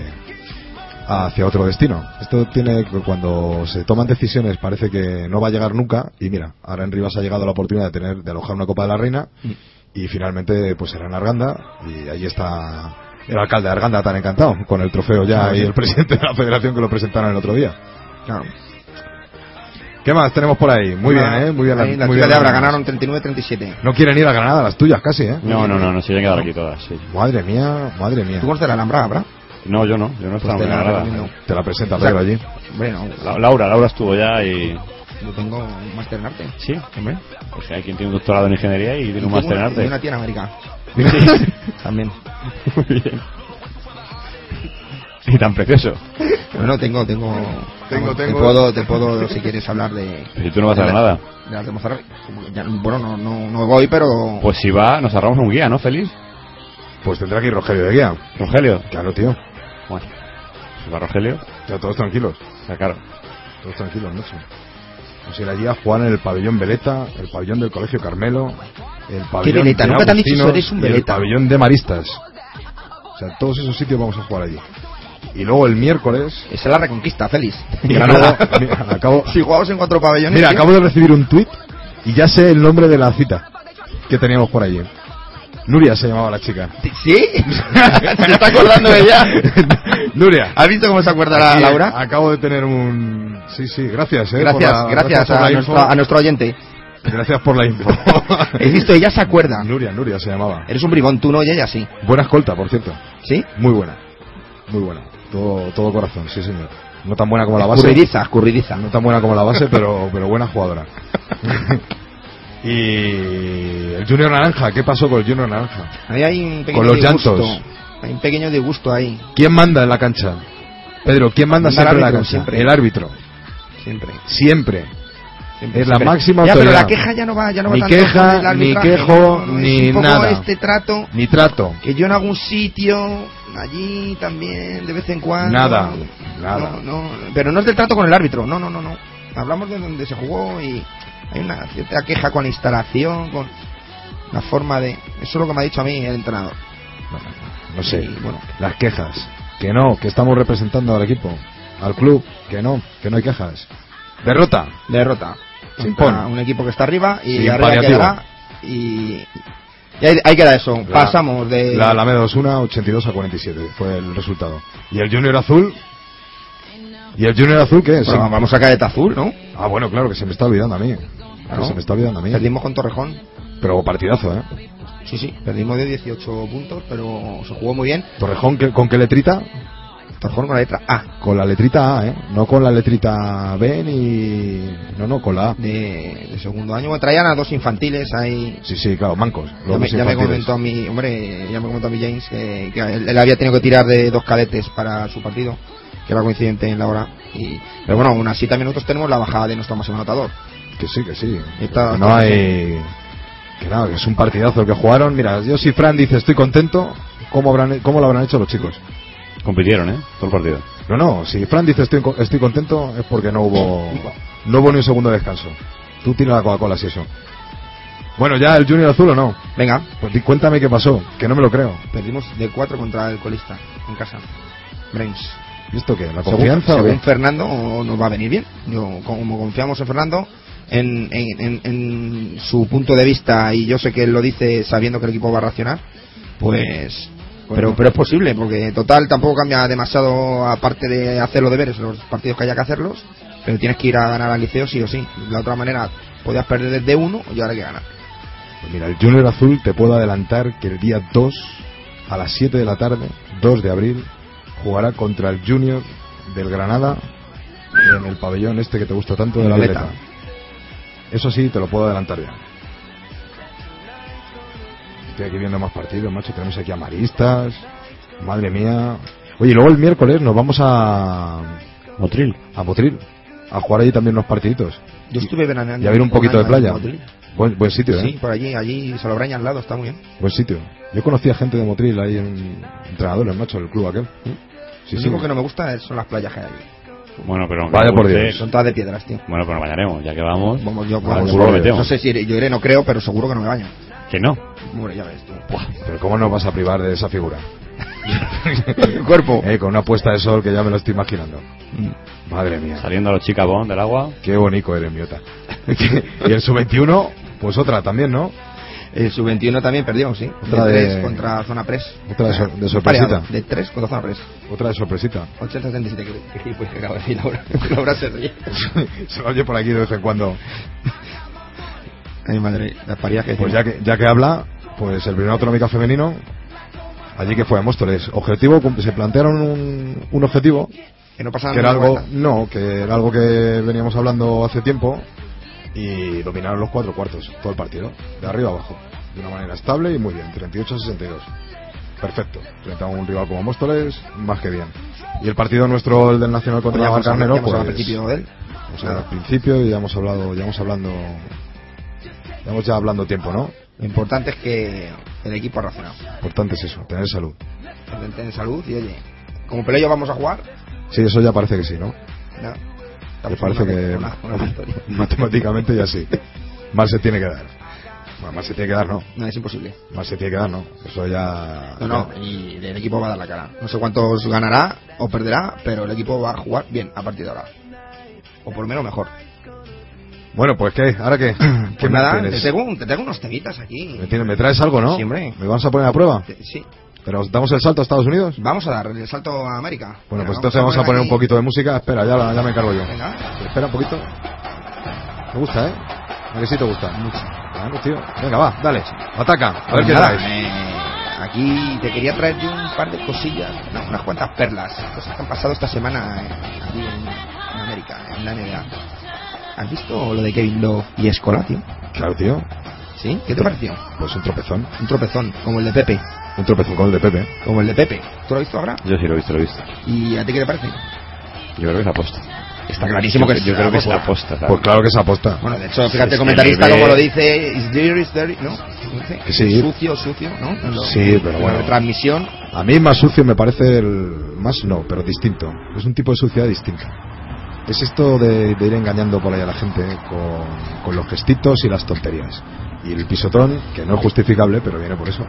B: hacia otro destino. Esto tiene cuando se toman decisiones parece que no va a llegar nunca y mira, ahora en Rivas ha llegado la oportunidad de tener de alojar una Copa de la Reina y finalmente pues será en Arganda y ahí está el alcalde de Arganda tan encantado con el trofeo ya y el presidente de la federación que lo presentaron el otro día.
C: Claro.
B: ¿Qué más tenemos por ahí? Muy bien, eh, muy bien
C: Ahí las
B: muy
C: chicas
B: bien
C: de Abra
B: las-
C: ganaron 39-37.
B: No quieren ir a Granada las tuyas casi, ¿eh?
D: No, no, no, no, se iban a quedar aquí todas, sí.
B: Madre mía, madre mía.
C: ¿Tú conoces la Alhambra, Abra?
D: No, yo no, yo no estaba
C: Pues te la
D: en la grada.
C: recomiendo.
B: Pues Te la presenta Pedro allí.
C: Bueno,
D: La- Laura, Laura estuvo ya y...
C: yo tengo un máster en arte.
D: Sí,
C: Hombre.
D: o sea, hay quien tiene un doctorado en ingeniería y tiene un máster en
C: Y una
D: arte.
C: tía en América. También.
D: Muy bien. Y tan precioso.
C: Bueno, tengo, tengo.
B: Tengo,
C: te
B: tengo.
C: puedo, te puedo, si quieres hablar de.
D: Pero si tú no vas a
C: de
D: hacer
C: la-
D: nada.
C: de las de Mozarrey. Ya, bueno, no, no, no voy, pero.
D: Pues si va, nos ahorramos un guía, ¿no, Feliz?
B: Pues tendrá que ir Rogelio de guía.
D: Rogelio.
B: Claro, tío.
D: Bueno, si va Rogelio,
B: Ya todos tranquilos.
D: está caro.
B: Todos tranquilos, mucho. Vamos a ir allí a jugar en el pabellón Veleta, el pabellón del Colegio Carmelo, el pabellón
C: Veleta?
B: de
C: Nunca te han dicho
B: Agustinos
C: eso, eres un
B: y el
C: Veleta.
B: pabellón de Maristas. O sea, en todos esos sitios vamos a jugar allí. Y luego el miércoles...
C: Esa es la reconquista, Félix.
B: Granada, mira, acabo,
C: Si jugamos en cuatro pabellones.
B: Mira,
C: ¿sí?
B: acabo de recibir un tuit y ya sé el nombre de la cita que teníamos por allí. Nuria se llamaba la chica.
C: ¿Sí? ¿Se está acordando de ella?
B: Nuria.
C: ¿Has visto cómo se acuerda la,
B: Aquí,
C: Laura?
B: Acabo de tener un... Sí, sí, gracias, eh,
C: Gracias,
B: por la-
C: gracias,
B: por
C: a,
B: la
C: nuestro,
B: info.
C: a nuestro oyente.
B: Gracias por la info.
C: He visto, ella se acuerda.
B: Nuria, Nuria se llamaba.
C: Eres un bribón, tú no y ella sí.
B: Buena escolta, por cierto.
C: ¿Sí?
B: Muy buena. Muy buena. Todo, todo corazón, sí, señor. No tan buena como la base.
C: Escurridiza, escurridiza.
B: No tan buena como la base, pero, pero buena jugadora. y el Junior Naranja, ¿qué pasó con el Junior Naranja?
C: Ahí hay un pequeño
B: Con los
C: disgusto.
B: llantos.
C: Hay un pequeño disgusto ahí,
B: ¿Quién manda en la cancha? Pedro, ¿quién manda
C: Manda
B: siempre
C: el
B: en la
C: árbitro,
B: cancha?
C: siempre.
B: El árbitro.
C: siempre.
B: Siempre. es la máxima
C: Ya, pero
B: autoridad.
C: la queja ya no va, ya no va
B: Ni
C: tanto
B: queja,
C: por el arbitraje,
B: ni quejo,
C: no, no, es
B: ni
C: un poco
B: nada.
C: este trato
B: Ni trato.
C: que yo en algún sitio, allí también, de vez en cuando.
B: Nada, nada.
C: No, no, pero no es del trato con el árbitro, no, no, no, no. Hablamos de donde se jugó y hay una cierta queja con la instalación, con la forma de. Eso es lo que me ha dicho a mí el entrenador.
B: No sé.
C: Y, bueno.
B: Las quejas. Que no, que estamos representando al equipo, al club. Que no, que no hay quejas. Derrota.
C: Derrota.
B: Sin
C: Contra
B: pon.
C: Un equipo que está arriba y
B: Sin
C: arriba
B: paliativo.
C: quedará. Y, y ahí, ahí queda eso.
B: La-
C: Pasamos de.
B: La Alameda 2-1, 82 a 47 fue el resultado. ¿Y el Junior Azul? ¿Y el Junior Azul qué es?
C: Bueno, vamos a Cadeta Azul, ¿no?
B: Ah, bueno, claro, que se me está olvidando a mí. Que se me está olvidando a mí.
C: Perdimos con Torrejón.
B: Pero partidazo, ¿eh?
C: Sí, sí, perdimos de 18 puntos, pero se jugó muy bien.
B: Torrejón, ¿qué- ¿con qué letrita?
C: Torrejón con la letra A.
B: Con la letrita A, ¿eh? No con la letrita B ni... No, no, con la A.
C: De, de segundo año. Bueno, traían a dos infantiles ahí.
B: Sí, sí, claro, mancos.
C: Ya
B: los
C: me,
B: dos
C: ya me
B: infantiles.
C: comentó a mi, hombre, ya me comentó a mi James que, que él, él había tenido que tirar de dos cadetes para su partido, que era coincidente en la hora. Y, pero bueno, aún así también nosotros tenemos la bajada de nuestro máximo anotador.
B: Que sí, que sí.
C: Está-
B: Que no hay. Que nada, que es un partidazo el que jugaron. Mira, yo si Fran dice estoy contento, ¿cómo, habrán, ¿cómo lo habrán hecho los chicos?
D: Compitieron, ¿eh? Todo el partido.
B: No, no, si Fran dice estoy, co- estoy contento es porque no hubo, no hubo ni un segundo de descanso. Tú tienes la Coca-Cola si eso. Bueno, ya el Junior Azul o no.
C: Venga,
B: Pues di- cuéntame qué pasó, que no me lo creo.
C: perdimos de 4 contra el colista en casa. Brains.
B: ¿Y esto qué? ¿La
C: Según-
B: confianza? o
C: según,
B: qué?
C: Fernando nos va a venir bien yo como confiamos en Fernando en, en- en- en su punto de vista y yo sé que él lo dice sabiendo que el equipo va a reaccionar pues pero pero es posible porque total tampoco cambia demasiado aparte de hacer los deberes los partidos que haya que hacerlos pero tienes que ir a ganar al liceo sí o sí de la otra manera podías perder desde uno y ahora hay que ganar
B: Pues mira, el Junior Azul te puedo adelantar que el día 2 a las 7 de la tarde, 2 de abril, jugará contra el Junior del Granada en el pabellón este que te gusta tanto de la
C: Violeta.
B: Violeta. Eso sí, te lo puedo adelantar ya. Estoy aquí viendo más partidos, macho. Tenemos aquí a Maristas. Madre mía. Oye, y luego el miércoles nos vamos a,
D: Motril.
B: a Potril a jugar allí también unos partiditos.
C: yo estuve veraneando
B: Y a ver un poquito de
C: año en
B: playa.
C: Madrid.
B: Buen, buen sitio, ¿eh?
C: sí por allí allí Salobreña al lado está muy bien
B: Buen sitio. Yo conocía gente de Motril ahí en entrenadores, macho, del club aquel. Sí,
C: Mm. lo
B: sí.
C: único que no me gusta son las playas que hay allí.
D: Bueno, pero. aunque
B: Vaya
D: no
B: por
D: guste-
B: Dios.
C: son todas de piedras tío
D: Bueno, pero nos bañaremos, ya que vamos.
C: Vamos, yo,
B: Vamos,
C: vamos,
B: Ah, seguro
C: yo-
B: que tengo.
C: no sé si iré- yo iré, no creo, pero seguro que no me baño.
D: Que no.
C: Hombre, ya ves tú.
B: Pero ¿cómo nos vas a privar de esa figura?
C: El cuerpo.
B: Eh, con una puesta de sol que ya me lo estoy imaginando.
C: Mm.
B: Madre mía.
D: Saliendo a los chicabón del agua.
B: Qué bonito eres, miota. y el sub-21, pues otra también, ¿no?
C: El sub-21 Eh, también perdimos, sí.
B: Otra
C: de
B: de-
C: 3 contra zona press.
B: Otra de sor- de sorpresita.
C: Pareado, De 3 contra zona press.
B: Otra de sorpresita.
C: 80-77, que- que pues que acaba de decir Laura. Laura se ríe.
B: Se lo oye por aquí de vez en cuando.
C: Ay, madre, las paridas que
B: Pues
C: hicimos.
B: ya que, ya que habla, pues el primer autonómica femenino, allí que fue a Móstoles. Objetivo, cum- se plantearon un, un objetivo
C: Que no pasaba
B: que era
C: ninguna
B: algo
C: vuelta.
B: no que era algo que veníamos hablando hace tiempo y dominaron los cuatro cuartos todo el partido de arriba a abajo de una manera estable y muy bien 38 a 62 perfecto frente a un rival como Móstoles más que bien y el partido nuestro el del Nacional
C: Ya
B: contra
C: hemos hablado-
B: Carnero
C: ya hemos
B: pues
C: hablado al principio ¿eh? de él.
B: hemos hablado al principio y ya hemos hablado ya hemos hablando ya hemos ya hablando tiempo no
C: Lo importante es que el equipo ha reaccionado.
B: importante es eso tener salud
C: Gente En salud y oye, como peleo vamos a jugar.
B: sí eso ya parece que sí no
C: nada.
B: Me
C: Estamos
B: parece
C: en una-
B: que
C: una- una victoria.
B: matemáticamente ya sí. Más se tiene que dar. Bueno, más se tiene que dar, no.
C: No, es imposible.
B: Más se tiene que dar, no. Eso ya.
C: No, no, eh. y el equipo va a dar la cara. No sé cuántos ganará o perderá, pero el equipo va a jugar bien a partir de ahora. O por lo menos mejor.
B: Bueno, pues ¿qué? ¿Ahora qué? ¿Qué
C: Pues nada,
B: me,
C: te
B: tienes?
C: tengo, te tengo unos temitas aquí.
B: ¿Me tienes- me traes algo, no?
C: Sí, hombre.
B: ¿Me vamos a poner a prueba?
C: Te- Sí.
B: ¿Pero damos el salto a Estados Unidos?
C: Vamos a dar el salto a América.
B: Bueno,
C: Venga,
B: pues entonces vamos a poner un
C: aquí-
B: poquito de música. Espera, ya, la- ya me encargo yo.
C: Venga.
B: Espera un poquito. Me gusta, ¿eh? ¿A que sí te gusta? Claro, tío. Venga, va, dale. Ataca. A ver
C: Pues
B: qué
C: nada,
B: traes.
C: eh, Aquí te quería traer yo un par de cosillas, no, unas cuantas perlas, cosas que han pasado esta semana eh, aquí en, en América, en la NBA. ¿Has visto lo de Kevin Love y Escola, tío?
B: Claro, tío.
C: ¿Sí? ¿Qué te pareció?
B: Pues un tropezón.
C: Un tropezón, como el de Pepe.
B: Un tropezón con el de Pepe.
C: Como el de Pepe. ¿Tú lo has visto ahora?
D: Yo sí lo he visto, lo he visto.
C: ¿Y a ti qué te parece?
D: Yo creo que es aposta.
C: Está clarísimo que
D: Yo-
C: es
D: yo creo que es
C: aposta.
D: la aposta. ¿sabes?
B: Pues claro que es aposta.
C: Bueno, de hecho,
D: Es
C: fíjate
D: que
C: el comentarista
D: el
C: como lo
D: nivel-
C: dice, is dirty, is dirty, ¿no? ¿Cómo dice?
B: Sí.
C: Sucio, sucio, ¿no?
B: Sí, pero bueno.
C: La transmisión,
B: A mí más sucio me parece el... Más no, pero distinto. Es un tipo de suciedad distinta. Es esto de, de ir engañando por ahí a la gente ¿eh? con, con los gestitos y las tonterías. Y el pisotón, que no es justificable, pero viene por eso.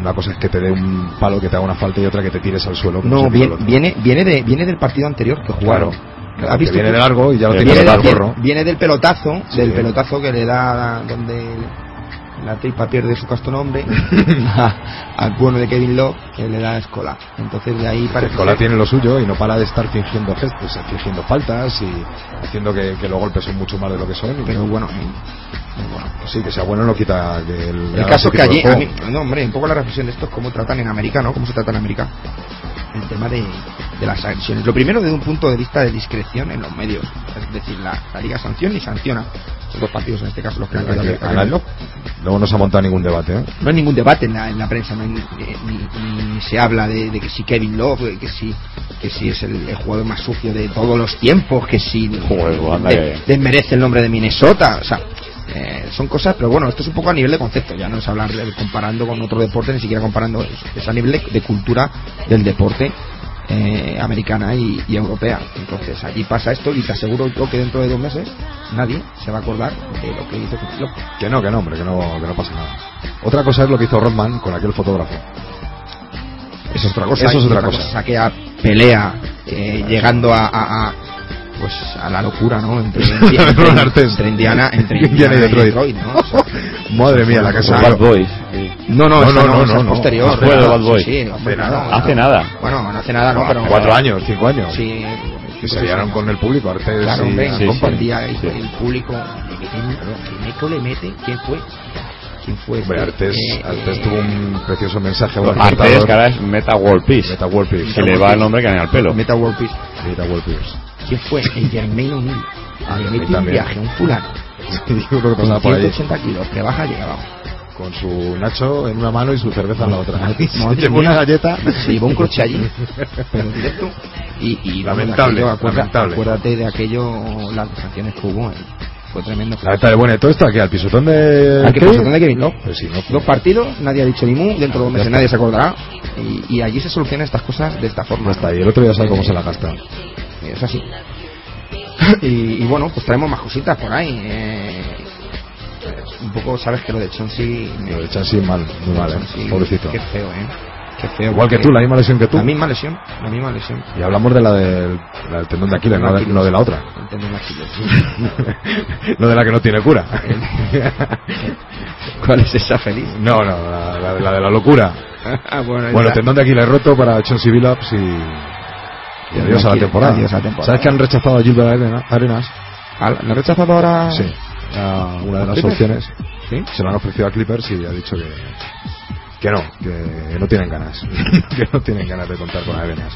B: Una cosa es que te dé un palo que te haga una falta y otra que te tires al suelo. como
C: no,
B: se hizo el
C: viene,
B: otro.
C: viene, viene, de, viene del partido anterior que
B: Claro.
C: jugaron.
B: claro,
C: ¿Has
B: que
C: visto
B: viene
C: tú?
B: de largo y ya lo
D: Viene
B: tiene
C: Viene,
B: que
C: del-
B: el gorro.
C: viene del pelotazo,
B: Sí.
C: del pelotazo que le da la- donde la tripa pierde su casto nombre a- al bueno de Kevin Love que le da Escola. Entonces de ahí parece
B: Escola
C: ser-
B: tiene lo suyo y no para de estar fingiendo gestos, fingiendo faltas y haciendo que, que los golpes son mucho más de lo que son. y-
C: pero bueno,
B: Pues sí, que sea bueno no quita que el.
C: El caso es que allí, a mí- no, hombre, un poco la reflexión de esto es cómo tratan en América, ¿no? Cómo se trata en América el tema de, de las sanciones. Lo primero desde un punto de vista de discreción en los medios. Es decir, la, la liga sanciona y sanciona. Son dos partidos en este caso los que han quedado a Kevin Love.
B: Luego no se ha montado ningún debate, ¿eh?
C: No hay ningún debate en la, en la prensa, no hay ni, eh, ni- ni se habla de, de que si Kevin Love, eh, que si, que si es el, el jugador más sucio de todos los tiempos, que si
D: Juego, anda
C: de-
D: que-
C: desmerece el nombre de Minnesota, o sea, eh, son cosas, pero bueno, esto es un poco a nivel de concepto, ya no es hablar de- comparando con otro deporte, ni siquiera comparando, es, es a nivel de, de cultura del deporte. eh, americana y, y europea entonces allí pasa esto y te aseguro yo que dentro de dos meses nadie se va a acordar de lo que hizo Kevin Love
B: Que no, que no, hombre, que no, que no pasa nada. Otra cosa es lo que hizo Rodman con aquel fotógrafo.
C: Eso es otra cosa.
B: Eso es
C: Y
B: otra cosa.
C: Saquea pelea, eh, llegando a, a- a- pues a la locura, ¿no? Entre, entre,
B: Ron
C: entre,
B: Artes.
C: entre Indiana, entre
B: Indiana y Detroit.
C: ¿no? O sea,
B: Madre mía, la que se
D: Los Bad Boys. sí.
C: no, no,
B: No,
C: esa
B: no, no,
C: esa
B: no,
C: es
B: no.
C: posterior.
D: No fue
B: ¿eh?
D: de Bad
C: Sí,
D: Boy.
C: sí, hombre,
B: Hace
C: no,
B: nada.
C: no.
D: Hace nada.
C: Bueno, no hace nada, no, pero.
B: Cuatro años, cinco años.
C: Sí. pues
B: Que se liaron con el público, Artes
C: Claro,
B: y
C: hombre,
D: sí,
C: compa,
D: sí.
C: el día
D: Sí.
C: el público le mete, un- le mete, le mete, ¿quién fue? ¿Quién fue?
B: Hombre,
C: este?
B: Artes,
C: Eh,
B: Artes
C: eh,
B: tuvo un precioso mensaje a un
D: Artes,
B: espectador.
D: que ahora es Meta World Peace.
B: Meta World Peace.
D: Que le va el nombre que le da al pelo.
C: Meta World Peace.
B: Meta World Peace.
C: ¿Quién fue? El Germain O'Neill.
B: Ah,
C: Le
B: a mí
C: mete un
B: también. Este
C: viaje, un fulano.
B: Sí, yo creo que pasaba por ahí.
C: 180 Pues kilos, que baja y llega abajo.
B: Con su nacho en una mano y su cerveza en la otra. Y se
C: Madre
B: llevó
C: mía.
B: una galleta.
C: Se llevó un coche allí, pero en directo. Y, y vamos,
B: Lamentable,
C: aquello, acuerda-
B: lamentable.
C: Acuérdate de aquello, las sanciones que hubo. eh, Fue tremendo.
B: La neta de bueno, todo esto aquí, al pisotón de.
C: Al Ah, que
B: ¿qué?
C: pusieron de Kevin Love.
B: Pues sí, no.
C: Dos partidos, nadie ha dicho ni mu, dentro de dos
B: Ya
C: meses
B: está.
C: nadie se acordará. Y, y allí se solucionan estas cosas de esta forma. Eh,
B: Hasta ahí, el otro ya sabe cómo se la gasta.
C: Es así. Y, y bueno, pues traemos más cositas por ahí. eh, un poco, sabes que lo de Chonsi.
B: Lo echan sin mal, muy mal, eh.
C: Sí,
B: Pobrecito.
C: Qué feo, ¿eh? Qué feo.
B: Igual que
C: porque
B: tú, la misma lesión que tú.
C: La misma lesión, la misma lesión.
B: Y hablamos de la del, la del tendón de Aquiles, no de, no de la otra.
C: El tendón de Aquiles.
B: no de la que no tiene cura.
C: ¿Cuál es esa feliz?
B: No, no, la, la de- la de la locura.
C: Ah, bueno,
B: Bueno,
C: esa-
B: tendón de Aquiles roto para Chelsea Billups y. y adiós a la temporada.
C: Adiós a la temporada.
B: ¿Sabes que han rechazado a Gilbert Arena- Arenas?
C: Ah, ¿La ha rechazado ahora?
B: Sí. Era una de las
C: Ah. ¿Clippers?
B: opciones.
C: ¿Sí?
B: Se lo han ofrecido a Clippers y ha dicho que. Que no, que no tienen ganas. que no tienen ganas de contar con Arenas.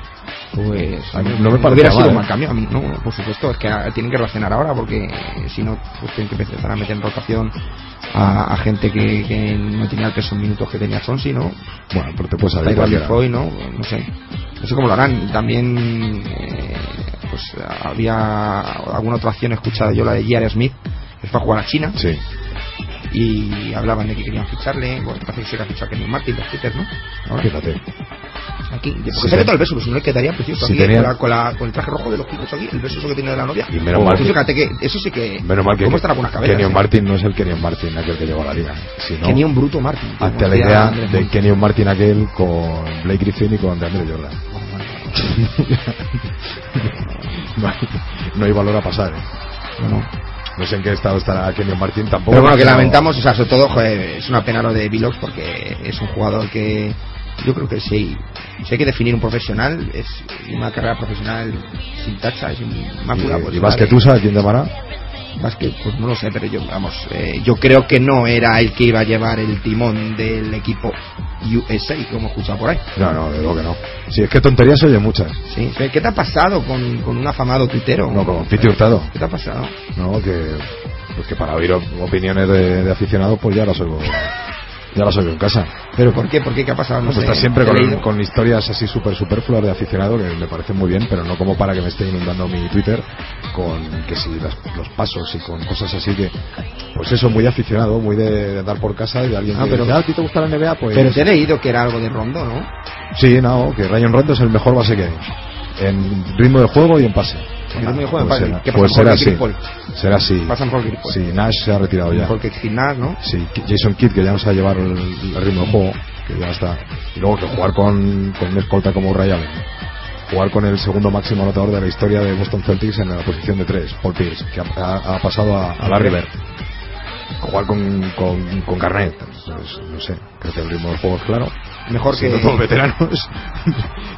C: Pues.
B: A mí no me parecía
C: hubiera sido
B: mal,
C: un
B: ¿eh?
C: mal cambio a mí, ¿no? Por supuesto, es que ah, tienen que relacionar ahora porque eh, si no, pues tienen que empezar a meter en rotación a, a gente que, que no tenía el peso en minutos que tenía Sonsi, ¿no?
B: Bueno, pero te puedes
C: Da
B: salir
C: igual
B: cualquiera.
C: Defoe, ¿no? No sé. No sé cómo lo harán. Y También, eh, pues había alguna otra acción escuchada yo, la de J.R. Smith, que fue a jugar a China
B: Sí.
C: y hablaban de que querían ficharle. Bueno, parece que se quería fichar a Kenyon Martin, los Clippers, ¿no? Ahora,
B: Fíjate.
C: aquí. Porque
B: Sí,
C: se ha
B: sí.
C: quitado el beso, pues si no le quedaría precioso
B: Sí,
C: aquí, eh,
B: tenía.
C: con, la- con la- con el traje rojo de los Clippers aquí, el beso eso que tiene de la novia.
B: Y menos mal
C: Tú
B: que-
C: fíjate que eso sí que.
B: Menos mal que
C: ¿Cómo están algunas cabezas?
B: Kenyon
C: eh?
B: Martin no es el Kenyon Martin aquel que llegó a la liga. Sino
C: Kenyon Bruto Martin.
B: ante la idea de Kenyon Martin aquel con Blake Griffin y con DeAndre Jordan. no, hay, no hay valor a pasar. ¿eh?
C: Bueno.
B: No sé en qué estado estará Kenyon Martin tampoco.
C: Pero bueno, que lamentamos, o sea, sobre todo, joder, es una pena lo de Vilox porque es un jugador que yo creo que sí. Si hay que definir un profesional, es una carrera profesional sin tacha, es un más pura
B: Eh, Y, y
C: posibilidad de-
B: Basquetusa, ¿quién llamará?
C: Vázquez, pues no lo sé, pero yo, vamos, eh, yo creo que no era el que iba a llevar el timón del equipo USA, como escucha por ahí.
B: No, no, de lo que no. Sí, es que tonterías se oyen muchas.
C: Sí. ¿Qué qué te ha pasado con, con un afamado tuitero?
B: No, con Piti Hurtado.
C: ¿Qué te ha pasado?
B: No, que, pues que para oír op- opiniones de, de aficionados, pues ya las oigo Ya las oigo en casa.
C: ¿Pero por qué? ¿Por qué? ¿Qué ha pasado? No
B: Pues
C: sé,
B: está siempre
C: he
B: con,
C: leído.
B: con historias así súper superfluas de aficionado que me parecen muy bien, pero no como para que me esté inundando mi Twitter con que si las- los pasos y con cosas así que, pues eso, muy de aficionado, muy de, de andar por casa y de alguien
C: Ah,
B: que
C: pero-
B: dice, "Ah, ¿a ti te gusta la NBA? Pues
C: Pero te he leído que era algo de rondo, ¿no?
B: sí, no, que Ryan Rondo es el mejor base que hay. En ritmo de juego y en pase.
C: En ritmo de juego y en
B: Pues
C: pase.
B: será-
C: ¿Qué pasa
B: pues
C: con
B: será
C: Paul
B: así.
C: Griffin?
B: Será así.
C: Pasan por Griffin.
B: Sí, Nash se ha retirado ya.
C: Porque Gimnas, ¿no?
B: Sí, que- Jason Kidd, que ya nos ha llevado el, el ritmo de juego, que ya está. Y luego que jugar con, con un escolta como Ray Allen. Jugar con el segundo máximo anotador de la historia de Boston Celtics en la posición de tres, Paul Pierce, que ha, ha- ha pasado a, a Larry Bird. Jugar con, con, con Garnett, pues, no sé, creo que el ritmo del juego es claro.
C: Mejor que
B: Siendo todos veteranos,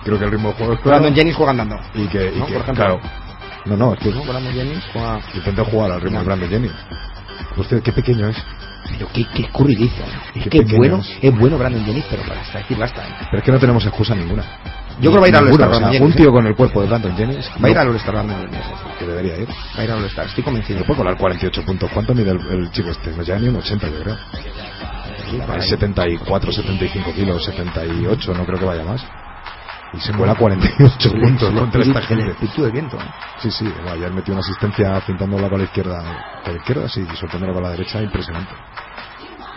B: creo que el ritmo del juego es claro.
C: Brandon Jennings jugando andando.
B: Y que, y
C: ¿no?
B: que
C: Por ejemplo.
B: claro. No, no, es que
C: ¿No? Brandon Jennings juega...
B: intenta jugar al ritmo de Brandon Jennings. Usted, qué pequeño es.
C: Pero qué, qué escurridizo. Es
B: Qué
C: que es
B: pequeño
C: bueno,
B: es.
C: es bueno Brandon Jennings, pero para hasta decir basta. ¿eh?
B: Pero es que no tenemos excusa ninguna.
C: Yo creo que va a ir al
B: Ninguna,
C: All-Star
B: o sea,
C: Brandon
B: Un
C: Jennings. ¿eh?
B: tío con el cuerpo de Brandon Jennings
C: Va a ir
B: no-
C: al All-Star Brandon Jennings.
B: que debería ir.
C: Va a ir al All-Star, estoy convencido.
B: No puede colar 48 puntos. ¿Cuánto mide el, el chico este? No llega ni un 80, yo creo.
C: para
B: Es
C: ahí.
B: 74, 75 kilos, 78, no creo que vaya más. Y se vuela 48 puntos contra esta
C: El
B: gente.
C: espíritu del viento. ¿eh?
B: Sí, sí, bueno, ayer metió una asistencia pintándola con la izquierda, con la izquierda, sí, y soltándola con la derecha, impresionante.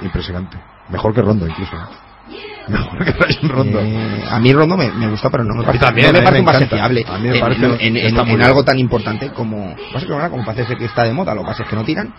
B: Impresionante. Mejor que Rondo, incluso. ¿eh? Mejor que Ryan Rondo.
C: Eh, a mí Rondo me, me gusta, pero no me
B: A mí
C: parece,
B: también,
C: no eh, me
B: a
C: parece
B: mí me
C: un base
B: encanta.
C: fiable.
B: A mí me
C: En-
B: parece
C: en,
B: que
C: en-
B: está
C: en-
B: muy
C: en
B: bien.
C: algo tan importante como. Pasa que ahora como parece ser que está de moda, lo que pasa es que no tiran,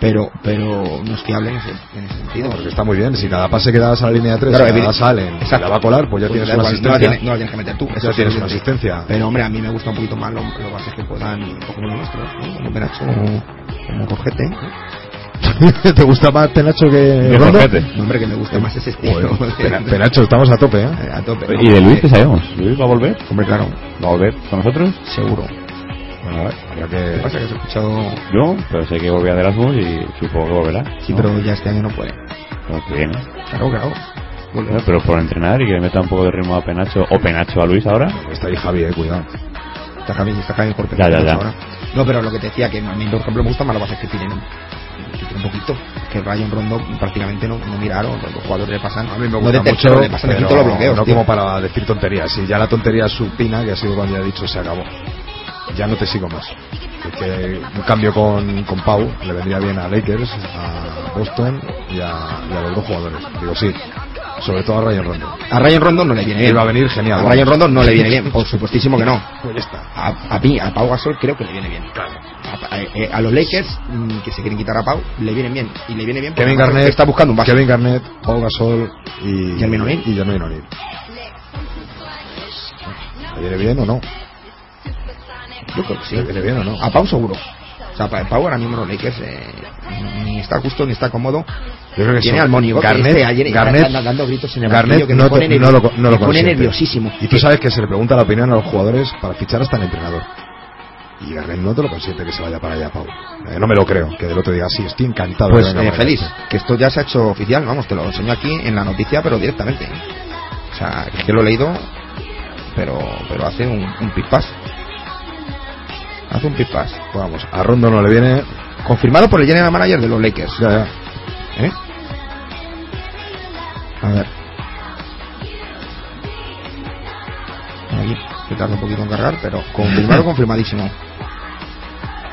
C: pero pero no es fiable en ese, en ese sentido.
B: Porque está muy bien, si cada pase que das a la línea 3,
C: Claro,
B: cada
C: evidente-
B: salen, y
C: Exacto.
B: la va a colar, pues ya
C: Pues
B: tienes
C: da
B: una
C: igual, No la,
B: asistencia.
C: tienes, no la tienes que meter tú. eso
B: Ya tienes
C: sí,
B: una
C: sí.
B: asistencia.
C: Pero hombre, a mí me gusta un poquito más lo- los bases que puedan, un poco menos nuestros, ¿no? Como Peracho, como, como Jorgete.
B: Eh. ¿Te gusta más Penacho que
D: Que
B: Rondo?
D: Jorgete.
C: No, hombre, que me gusta más ese
B: Joder,
C: estilo.
B: Pena- Penacho, estamos a tope, ¿eh?
C: Eh, A tope.
D: ¿Y de Luis qué sabemos? ¿Luis va a volver?
C: Hombre, claro,
D: ¿Va a volver con nosotros?
C: seguro.
B: Bueno, a ver, habría
C: Lo que pasa
B: que...
C: es que he escuchado...
D: No, pero sé que volvía de Erasmus y supongo que volverá.
C: Sí,
D: ¿no?
C: pero ya este año no puede.
D: Pero que viene.
C: Claro, claro.
D: Bueno, pero por entrenar y que le meta un poco de ritmo a Penacho o Penacho a Luis ahora.
B: Está ahí Javi, eh, cuidado.
C: Está Javi, está Javi Jorge.
D: Ya, ya, ya.
C: Ahora. No, pero lo que te decía, que a mí, por ejemplo, me gusta más los bases que tienen un poquito. Que Ryan Rondo prácticamente no, no miraron, los jugadores le pasan.
B: A mí me
C: no
B: gusta
C: de tercero,
B: mucho,
C: le pasan de
B: pero
C: quinto los bloqueos.
B: no
C: tío.
B: como para decir tonterías. Si ya la tontería supina, que ha sido cuando ya he dicho, se acabó. Ya no te sigo más. Es que un cambio con, con Pau le vendría bien a Lakers, a Boston y a, y a los dos jugadores. Digo, sí. Sobre todo a Ryan Rondo.
C: A Ryan Rondo no le viene bien.
B: Iba a venir genial.
C: A
B: vamos.
C: Ryan Rondo no le viene bien, por supuestísimo que no.
B: Pues ya está.
C: A, a mí, a Pau Gasol creo que le viene bien.
B: Claro.
C: A, a- eh, a los Lakers, mm, que se quieren quitar a Pau, le vienen bien. Y le viene bien porque
B: Kevin
C: además
B: Garnett
C: está buscando un base.
B: Kevin Garnett, Pau Gasol y
C: Jermaine O'Neal.
B: y Jermaine O'Neal. ¿Le viene bien o no?
C: Yo creo que sí.
B: ¿Le viene bien o no?
C: A Pau seguro. O sea, para Pau ahora mismo los Lakers eh, ni está justo ni está cómodo.
B: Yo creo que
C: Tiene
B: sí.
C: al Mónigo que
B: Garnett,
C: este ayer está
B: Garnett-
C: dando- dando gritos en el
B: Garnett
C: banquillo que
B: no,
C: me
B: te-
C: pone
B: no
C: nervi-
B: lo, co- no lo
C: me pone
B: consiente.
C: nerviosísimo.
B: Y tú
C: Eh,
B: sabes que se le pregunta la opinión a los jugadores para fichar hasta el entrenador. Y Garnett no te lo consiente que se vaya para allá, Pau. Eh, no me lo creo, que del otro día sí, estoy encantado. de
C: Pues
B: que venga
C: eh,
B: para
C: feliz,
B: acá.
C: que esto ya se ha hecho oficial, vamos, te lo enseño aquí en la noticia, pero directamente. O sea, es que lo he leído, pero pero hace un, un pipas. Hace un pipas. Pues
B: Vamos, a Rondo no le viene.
C: Confirmado por el general manager de los Lakers.
B: Ya, ya.
C: ¿Eh? A ver. Ahí, que tarda un poquito en cargar, pero confirmado, confirmadísimo.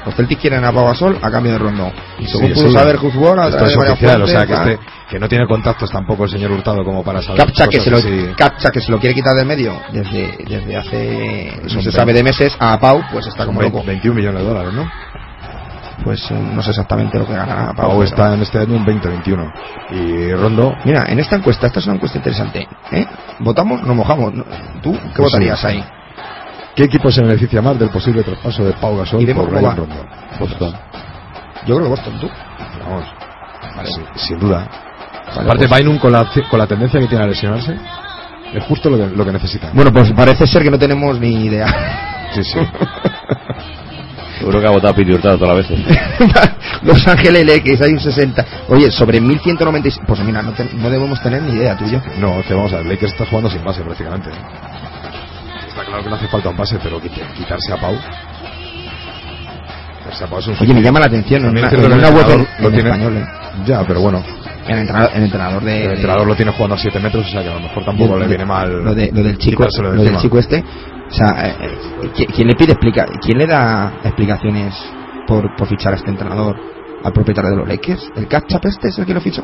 C: Los Celtics quieren a Pau Gasol a cambio de Rondo. Y según
B: Sí,
C: pudo
B: sí.
C: saber Husbol, a
B: Esto
C: través
B: es
C: de varias
B: oficial, o
C: fuentes,
B: sea, que,
C: ah,
B: este- que no tiene contactos tampoco el señor Hurtado como para saber.
C: Captcha que,
B: cosas
C: se lo,
B: así.
C: Captcha que se lo quiere quitar del medio desde, desde hace, no
B: Son
C: se sabe de meses, a Pau pues está como
B: Vein-
C: loco.
B: 21 millones de dólares, ¿no?
C: Pues eh, no sé exactamente lo que ganará Pau.
B: Pau
C: pero-
B: está en este año en 20-21. Y Rondo,
C: Mira, en esta encuesta, esta es una encuesta interesante. ¿eh? ¿Votamos? ¿Nos mojamos? ¿No? ¿Tú qué
B: Sí.
C: votarías ahí?
B: ¿qué equipo se beneficia más del posible traspaso de Pau Gasol
C: Iremos
B: por
C: como
B: Ryan
C: va.
B: Rondo?
D: Boston.
C: Yo creo que Boston, tú.
B: Vamos, sin, sin duda.
C: Vale,
B: Aparte,
C: pues-
B: Bynum con la, con la tendencia que tiene a lesionarse, es justo lo que, lo que necesita.
C: Bueno, pues parece ser que no tenemos ni idea.
B: sí, sí.
D: Seguro que ha votado Piti Hurtado todas las veces.
C: Los Ángeles LX, hay un 60. Oye, sobre 1196. Pues mira, no, te- no debemos tener ni idea tuyo.
B: No, que vamos a ver, Lakers está jugando sin base prácticamente. ¿eh? Está claro que no hace falta un base, pero quit- quitarse a Pau. Quitarse a Pau es un
C: Oye, me llama la atención.
B: También
C: en
B: es
C: una,
B: cierto
C: en
B: que el
C: una web
B: entrenador
C: en-
B: lo
C: en
B: tiene-
C: español, ¿eh?
B: Ya, pero bueno,
C: El entrenador, el entrenador de.
B: El entrenador lo tiene jugando a 7 metros, o sea que a lo mejor tampoco
C: de-
B: le viene mal.
C: Eh, Lo, de- lo del chico,
B: quitárselo de
C: lo del
B: encima.
C: chico este. O sea, eh, eh, ¿qui- ¿quién le pide explica, quién le da explicaciones por, por fichar a este entrenador al propietario de los Lakers? ¿El Catchap este es el que lo fichó?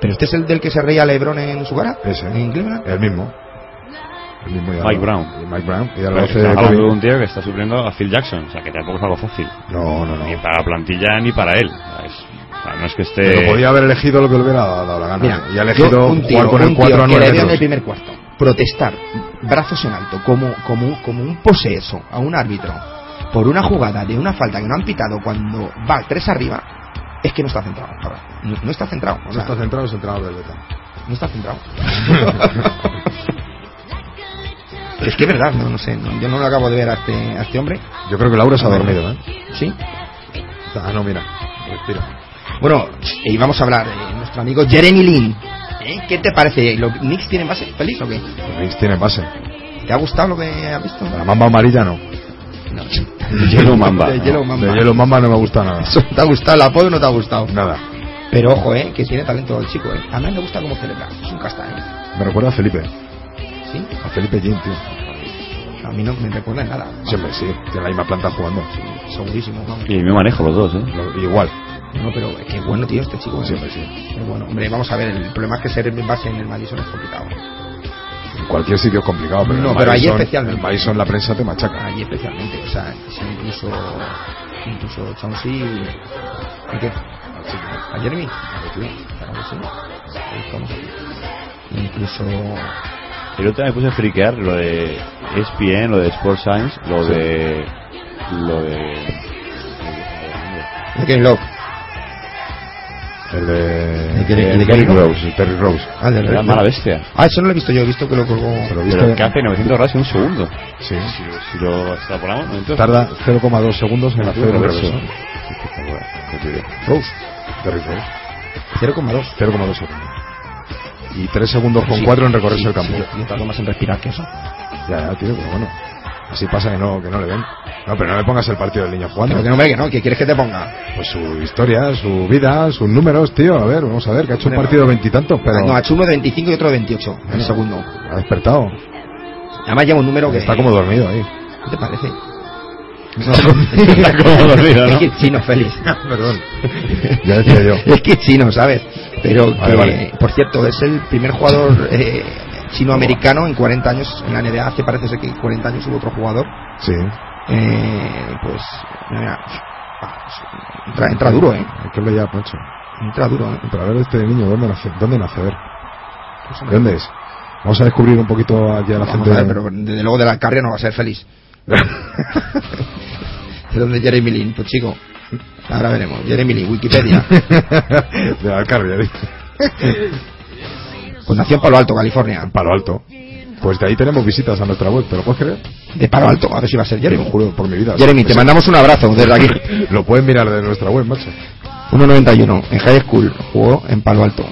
C: ¿Pero este es el del que se reía Lebron en su cara?
B: Ese.
C: ¿En Cleveland?
B: El mismo. El mismo ya
D: Mike
B: lo-
D: Brown.
B: y Mike Brown. Y ya lo
D: Pero
B: hace
D: estamos
B: Kobe.
D: hablando de un tío que está supliendo a Phil Jackson, o sea que tampoco es algo fácil.
B: No, no, no.
D: Ni para la plantilla ni para él. Es- o sea, no es que
B: Pero
D: esté.
B: podía haber elegido lo que le hubiera dado la gana.
C: Mira,
B: y ha
C: yo,
B: elegido
C: un tío,
B: jugar con
C: un
B: el
C: tío
B: 4 a
C: que
B: 9
C: le veo en el
B: metros.
C: primer cuarto protestar, brazos en alto, como, como, como un poseso a un árbitro por una jugada de una falta que no han pitado cuando va tres arriba, es que no está centrado. cabrón. No, no está centrado. o
B: No
C: sea,
B: está centrado, es entrenador del Beta.
C: no está centrado. es que es verdad, no, no sé. no, yo no lo acabo de ver a este, a este hombre.
B: Yo creo que Laura se ha dormido, ¿eh?
C: Sí.
B: Ah, no, mira. Respira.
C: Bueno, y vamos a hablar de nuestro amigo Jeremy Lin. ¿Eh? ¿Qué te parece? ¿Los Knicks tienen base feliz o qué?
B: Los Knicks tienen base.
C: ¿Te ha gustado lo que has visto?
B: La mamba amarilla no.
C: No.
D: Yellow Mamba.
C: De Yellow Mamba.
B: De Yellow Mamba no me gusta nada.
C: Eso, ¿Te ha gustado el apodo o no te ha gustado?
B: Nada.
C: Pero ojo, eh, que tiene talento el chico, eh. A mí me gusta cómo celebra. Es un castaño.
B: Me recuerda a Felipe.
C: ¿Sí?
B: A Felipe Jean, tío.
C: A mí no me recuerda en nada.
B: Siempre sí. Tiene la misma planta jugando.
C: Segurísimo, vamos.
D: Y me manejo los dos, ¿eh?
B: Lo- igual.
C: No, pero es que bueno, tío, este chico. eh.
B: Siempre sí.
C: Pero bueno, hombre, vamos a ver. El problema es que ser en base en el Madison es complicado.
B: En cualquier sitio es complicado. Pero
C: No,
B: el
C: pero ahí
B: Madison-
C: especialmente.
B: El Madison la prensa te machaca.
C: Ahí especialmente. O sea, si incluso. Incluso Chauncey. ¿A qué? ¿A Jeremy? Claro que sí. Ahí estamos. Incluso.
D: El otro día me puse a friquear lo de E ESPN, lo de Sports Science, lo de. Lo de.
C: Ken Love.
B: El de.
C: ¿De qué-
D: de
B: el
D: qué
B: Terry
D: equipo?
B: Rose. El Terry Rose.
C: Ah, de
D: La mala bestia.
C: Ah, eso no lo he visto yo, he visto que lo colgó.
B: Pero viste-
D: Pero que hace 900 horas en un segundo.
B: Sí.
D: Si, lo- si lo extrapolamos, entonces.
B: Tarda 0,2 segundos en hacer el reverso. Rose. Terry Rose.
C: 0,2.
B: 0,2 segundos. Y 3 segundos con 4 en recorrerse
C: Sí,
B: el campo.
C: sí, yo- yo tardo más en respirar que eso.
B: Ya, ya, tío, pero bueno. Así pasa que no, que no le ven. No, pero no le pongas el partido del niño jugando.
C: Pero que no, hombre, que no, que quieres que te ponga.
B: Pues su historia, su vida, sus números, tío. A ver, vamos a ver, que ha hecho un
C: Hombre,
B: partido veintitantos, pero
C: Ah, No, ha hecho uno de 25 y otro de 28, el
B: Bueno.
C: segundo.
B: ha despertado.
C: Además lleva un número que.
B: Está como dormido ahí.
C: ¿Qué te parece?
D: Está como dormido, ¿no?
C: Es que es chino, feliz.
B: Perdón. ya decía yo.
C: Es que es chino, ¿sabes? Pero
B: Vale,
C: que,
B: vale.
C: por cierto, es el primer jugador eh, chino-americano en 40 años en la NBA. Hace parece ser que en 40 años hubo otro jugador.
B: Sí.
C: Eh, pues. mira, entra, entra duro, ¿eh?
B: Hay que verle ya, Pancho.
C: Entra duro, ¿eh?
B: Pero a ver este niño, ¿dónde nace? ¿Dónde nace? A ver.
C: Pues,
B: ¿De dónde es? Vamos a descubrir un poquito aquí a la
C: Vamos
B: gente.
C: a ver, pero desde luego de la carrera no va a ser feliz. ¿De dónde es Jeremy Lin? Pues chico, ahora veremos. Jeremy Lin, Wikipedia.
B: de la Alcarria, ¿eh? dice.
C: Pues nació en Palo Alto, California.
B: Palo Alto. Pues de ahí tenemos visitas a nuestra web, ¿te lo puedes creer?
C: De Palo Alto, a ver si va a ser
B: Te lo
C: Jeremy.
B: juro por mi vida.
C: Jeremy, te
B: Pues,
C: mandamos un abrazo desde aquí.
B: Lo pueden mirar de nuestra web, macho. Este
C: 1.91, en high school, jugó en Palo Alto.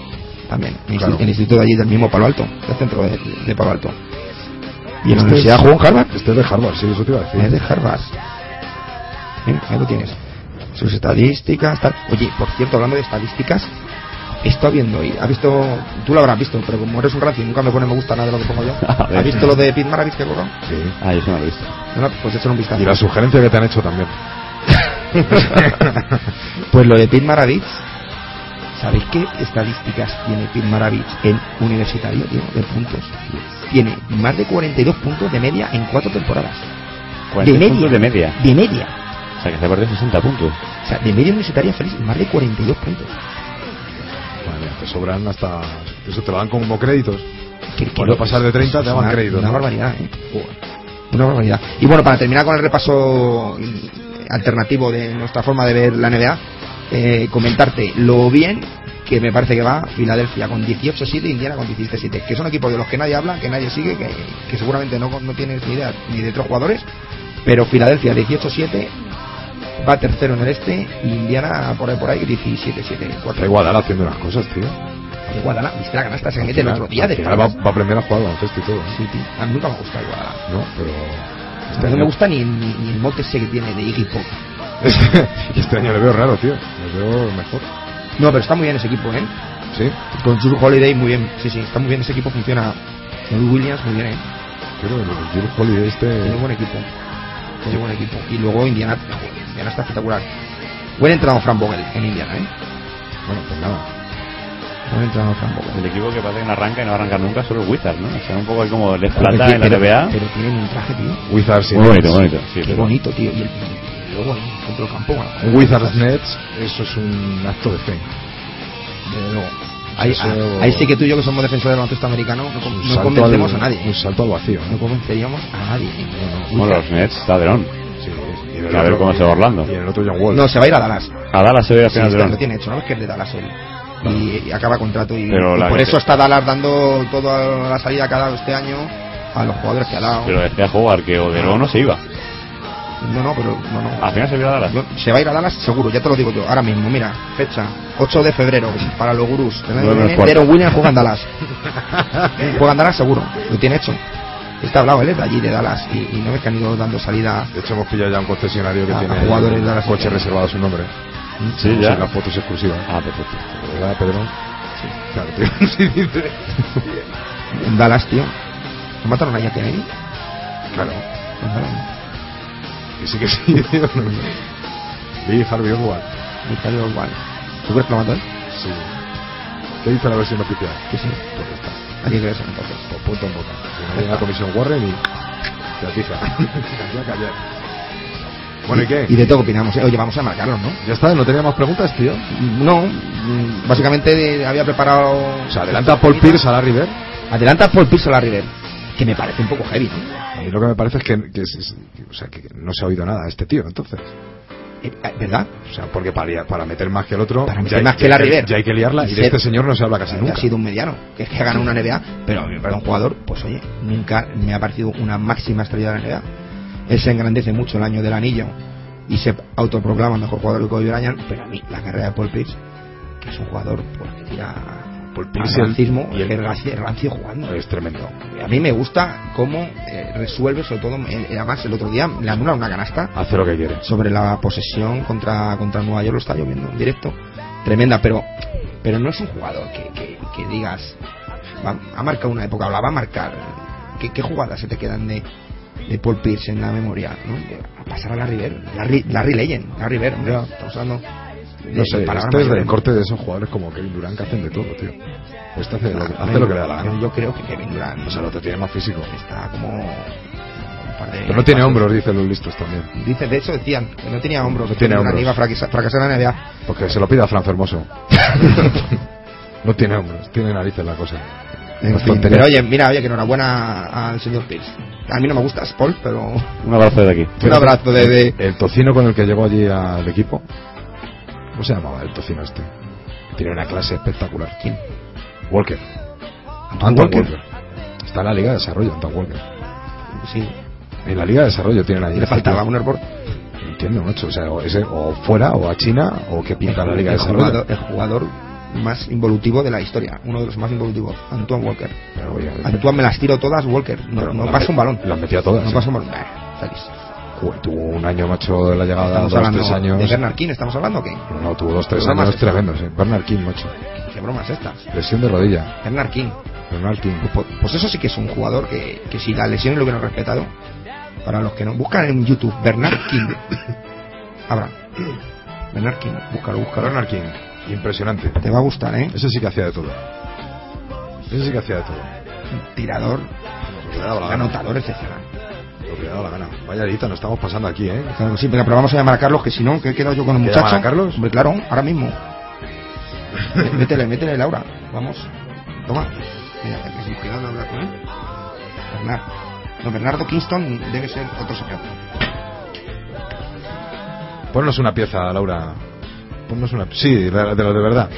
C: También, en
B: Claro.
C: el instituto de allí del mismo Palo Alto, del centro de, de Palo Alto. ¿Y en la
B: Este
C: universidad
B: es-
C: jugó en Harvard?
B: Este es de Harvard, sí, eso te iba a
C: Es de
B: decir.
C: Harvard. Mira, ahí lo tienes. Sus estadísticas, tal. Oye, por cierto, hablando de estadísticas, está viendo hoy. ¿Has visto? Tú lo habrás visto, pero como eres un rancio y nunca me pone me gusta nada de lo que pongo yo.
D: A ver.
C: ¿Has visto lo de Pete Maravich que he colgado?
B: Sí.
D: Ah, yo sí me lo he visto.
C: No, no, pues échale un vistazo.
B: Y la sugerencia que te han hecho también.
C: Pues lo de Pete Maravich, ¿sabéis qué estadísticas tiene Pete Maravich en universitario tío, de puntos? Tiene más de 42 puntos de media en cuatro temporadas.
D: 40
C: de media.
D: puntos de media.
C: De media.
D: O sea que se ha perdido 60 puntos.
C: O sea, de media universitaria feliz, más de 42 puntos.
B: Madre mía, te sobran hasta. Eso te lo dan como créditos.
C: Que- que
B: Por no pasar de 30 te
C: es
B: daban
C: una-
B: crédito,
C: Una
B: ¿no?
C: barbaridad, ¿eh? Una barbaridad. Y bueno, para terminar con el repaso mm, alternativo de nuestra forma de ver la NBA, eh, comentarte lo bien que me parece que va Filadelfia con 18-7 Indiana con 17-7, que son equipos de los que nadie habla, que nadie sigue, que, que seguramente no, no tienes ni idea ni de otros jugadores, pero Filadelfia 18-7 va tercero en el este y Indiana por ahí por ahí 17-7
B: Está
C: cuarto.
B: Iguadala haciendo unas cosas, tío.
C: De Guadalajara, viste la canasta que se mete el
B: Al
C: otro día
B: al
C: de
B: final va,
C: espaldas.
B: va a aprender a jugar baloncesto y todo. ¿eh?
C: Sí, tío. A mí nunca me gusta el Guadalajara.
B: No, pero.
C: A mí no me gusta ni, ni, ni el mote ese que tiene de Iggy Pop.
B: Este año le veo raro, tío. Le veo mejor.
C: No, pero está muy bien ese equipo, ¿eh?
B: Sí.
C: Con Drew Holiday muy bien. Sí, sí, está muy bien ese equipo, funciona. Muy Williams muy bien, ¿eh?
B: Pero el Drew Holiday
C: Tiene
B: este.
C: un buen equipo. Tiene un buen equipo. Y luego Indiana. joder, Indiana está espectacular. Buen entrado Fran Vogel en Indiana, ¿eh?
B: Bueno, pues nada.
C: Buen entrado Fran Vogel.
D: El equipo que parece que no arranca y no arranca nunca son los Wizards, ¿no? Están un poco ahí como Les Plata en la
C: pero,
D: NBA.
C: pero tienen un traje, tío.
B: Wizards y
D: Muy bonito,
B: Nets.
D: bonito. Sí,
C: Qué
D: pero-
C: bonito, tío. Y, el, y luego ahí, dentro del campo. bueno,
B: Un Wizards Nets, eso es un acto de fe.
C: desde luego. Ahí,
B: Eso-
C: ah, ahí sí que tú y yo, que somos defensores del baloncesto americano, no,
B: Un
C: con- no
B: salto
C: convencemos
B: al-
C: a nadie.
B: Un salto al vacío,
C: No
B: ¿no?
C: convenceríamos a nadie.
D: Bueno, los Nets, está Derón.
B: Sí, y
D: Y a ver cómo se va Orlando.
B: Y el otro John Wall.
C: No, se va a ir a Dallas.
D: A Dallas se ve al
C: Sí,
D: final
C: está- lo
D: Derón.
C: tiene hecho, ¿no? Es que es de Dallas él. Y, y acaba contrato y,
D: Pero
C: y
D: la
C: por
D: gente-
C: eso está Dallas dando toda la salida que ha dado este año a los jugadores que ha dado.
D: Pero decía jugar que Oderón no se iba.
C: No, no, pero no, no.
D: Al final se vio a Dallas.
C: Yo- se va a ir a Dallas seguro, ya te lo digo yo, ahora mismo, mira, fecha, 8 de febrero, para los gurús.
D: Nueve menos cuarto.
C: Pero Williams juega en Dallas. juega en Dallas seguro, lo tiene hecho. Está hablado él es de allí, de Dallas, y, y no es que han ido dando salida.
B: De hecho, hemos pillado ya un concesionario que
C: A-
B: tiene
C: a Ah, jugadores de la-
B: coche reservado a su nombre.
D: Sí, ya.
B: Son las fotos exclusivas.
D: Ah, perfecto.
B: ¿Verdad, Pedro? Sí. Claro, tío. Sí, dice.
C: En Dallas, tío. ¿No mataron a Iñaki ahí?
B: Claro.
C: En Dallas.
B: Que sí, que sí. tío. Lee Harvey Oswald.
C: Michael Oswald. ¿Tú crees que lo mató él?
B: Sí. ¿Qué dice la versión oficial?
C: Que sí.
B: Pues ya está.
C: Hay que creer eso, entonces.
B: Pues punto en boca. Que no llega la comisión Warren y. Te atiza. ya callar. Bueno, ¿y qué?
C: Y de todo opinamos, ¿eh? Oye, vamos a marcarlos, ¿no?
B: Ya está, no tenía más preguntas, tío.
C: No, mm, básicamente eh, había preparado.
B: O sea, adelanta Paul Pierce a la River.
C: Adelanta Paul Pierce a la River. Que me parece un poco heavy, ¿no?
B: A mí lo que me parece es que, que es- es- que, o sea, que no se ha oído nada a este tío, entonces.
C: Eh, eh, ¿Verdad?
B: O sea, porque para, para meter más que el otro,
C: Para meter más que la
B: hay
C: River.
B: ya hay que liarla y,
C: Y
B: de
C: ser-
B: este señor no se habla casi
C: Que
B: nunca.
C: Ha sido un mediano, que es que ha ganado una NBA, pero a mí me parece un jugador, pues oye, nunca me ha parecido una máxima estrella de la NBA. Él se engrandece mucho el año del anillo y se autoproclama mejor jugador del Kobe Bryant, pero a mí la carrera de Paul Pierce, que es un jugador pues, que tira
B: Paul
C: al
B: Pierce y el-
C: racismo,
B: y el- Pues,
C: que es rancio, rancio jugando.
B: Es tremendo.
C: A mí me gusta cómo eh, resuelve, sobre todo, el- además el otro día le anula una canasta
B: Hace lo que quiere.
C: sobre la posesión contra, contra Nueva York lo está lloviendo en directo. Tremenda, pero, pero no es un jugador que, que- que digas, va- ha marcado una época o la va a marcar. ¿Qué, qué jugadas se te quedan de, de Paul Pierce en la memoria? ¿no? De- a pasar a Larry Bird, Larry, Larry Legend, Larry Bird, hombre,
B: Ya.
C: está usando.
B: No sé,
C: palabras
B: este es del
C: mayores.
B: corte de esos jugadores como Kevin Durant que hacen de todo, tío. Este hace, lo, hace lo que le da la
C: Yo-
B: gana.
C: Yo creo que Kevin Durant
B: O sea, lo te tiene más físico.
C: está como. un par de-
B: Pero no tiene hombros, dicen los listos también.
C: Dice, de hecho decían que no tenía hombros, que
B: No tiene
C: Kevin Durant
B: hombros.
C: iba a fracasar, fracasar en la NBA.
B: Porque se lo pide a Fran Fermoso. no tiene hombros, tiene narices la cosa.
C: En
B: No
C: fin,
B: tontería.
C: pero oye, mira, oye, que enhorabuena al señor Pierce. A mí no me gustas, Paul, pero
D: Un abrazo de aquí.
C: un abrazo de... de-
B: El tocino con el que llegó allí al equipo. ¿Cómo se llamaba el tocino este? Tiene una clase espectacular.
C: ¿Quién?
B: Walker. Anton
C: Walker.
B: Walker. Está en la Liga de Desarrollo, Anton Walker.
C: Sí,
B: En la Liga de Desarrollo tienen ahí.
C: le faltaba un hervor.
B: No entiendo, macho. O, sea, o, ese- o fuera, o a China, o que pinta la Liga de
C: el,
B: Desarrollo.
C: jugador, el jugador más involutivo de la historia, uno de los más involutivos, Antoine Walker.
B: Pero, oye,
C: Antoine me las tiro todas, Walker. No,
B: pero
C: no
B: la-
C: pasa un balón.
B: Las metía todas.
C: No
B: sí.
C: pasa un balón. Nah, feliz.
B: Ju- Tuvo un año, macho, de la llegada,
C: Estamos
B: dos, tres
C: hablando
B: años.
C: de Bernard King, ¿estamos hablando o qué?
B: No, no, tuvo dos, tres
C: Pero nada
B: años
C: más.
B: tremendos. eh. Bernard King, macho.
C: ¿Qué broma es esta?
B: Lesión de rodilla.
C: Bernard King.
B: Bernard King.
C: Pues, pues eso sí que es un jugador que, que si la lesión es lo que no ha respetado, para los que no, buscan en YouTube Bernard King. Habrá. Bernard King, búscalo, búscalo.
B: Bernard King. Impresionante.
C: Te va a gustar, ¿eh?
B: Ese sí que hacía de todo. Ese sí que hacía de todo.
C: Tirador,
B: Lo que le daba la gana.
C: anotador, excepcional.
B: Lo que le daba la gana. Vaya dita, nos estamos pasando aquí, ¿eh?
C: Claro que sí, venga, pero vamos a llamar a Carlos, que si no, que he quedado yo con el
B: ¿Que
C: muchacho.
B: llamar a Carlos?
C: Hombre, claro, ahora mismo. Mé- métele, métele, Laura. Vamos. Toma. Mira, que me he quedado de hablar con él. Bernard. No, Bernardo Kingston debe ser otro señor.
B: Ponnos una pieza, Laura. Ponnos una. Sí, de la- de, la de verdad.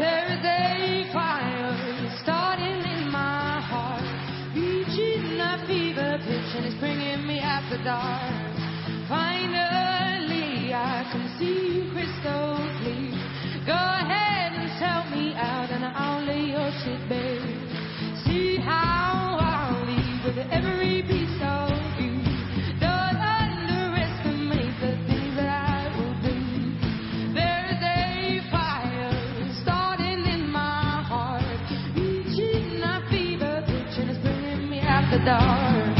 E: There is a fire starting in my heart, reaching a fever pitch and it's bringing me after dark. Finally, I can see you crystal clear. Go ahead and sell me out and I'll lay your shit bare. See how I'll leave with every every piece of you. Don't underestimate the things that I will do. There is a fire starting in my heart, reaching a fever pitch and it's bringing me out the dark.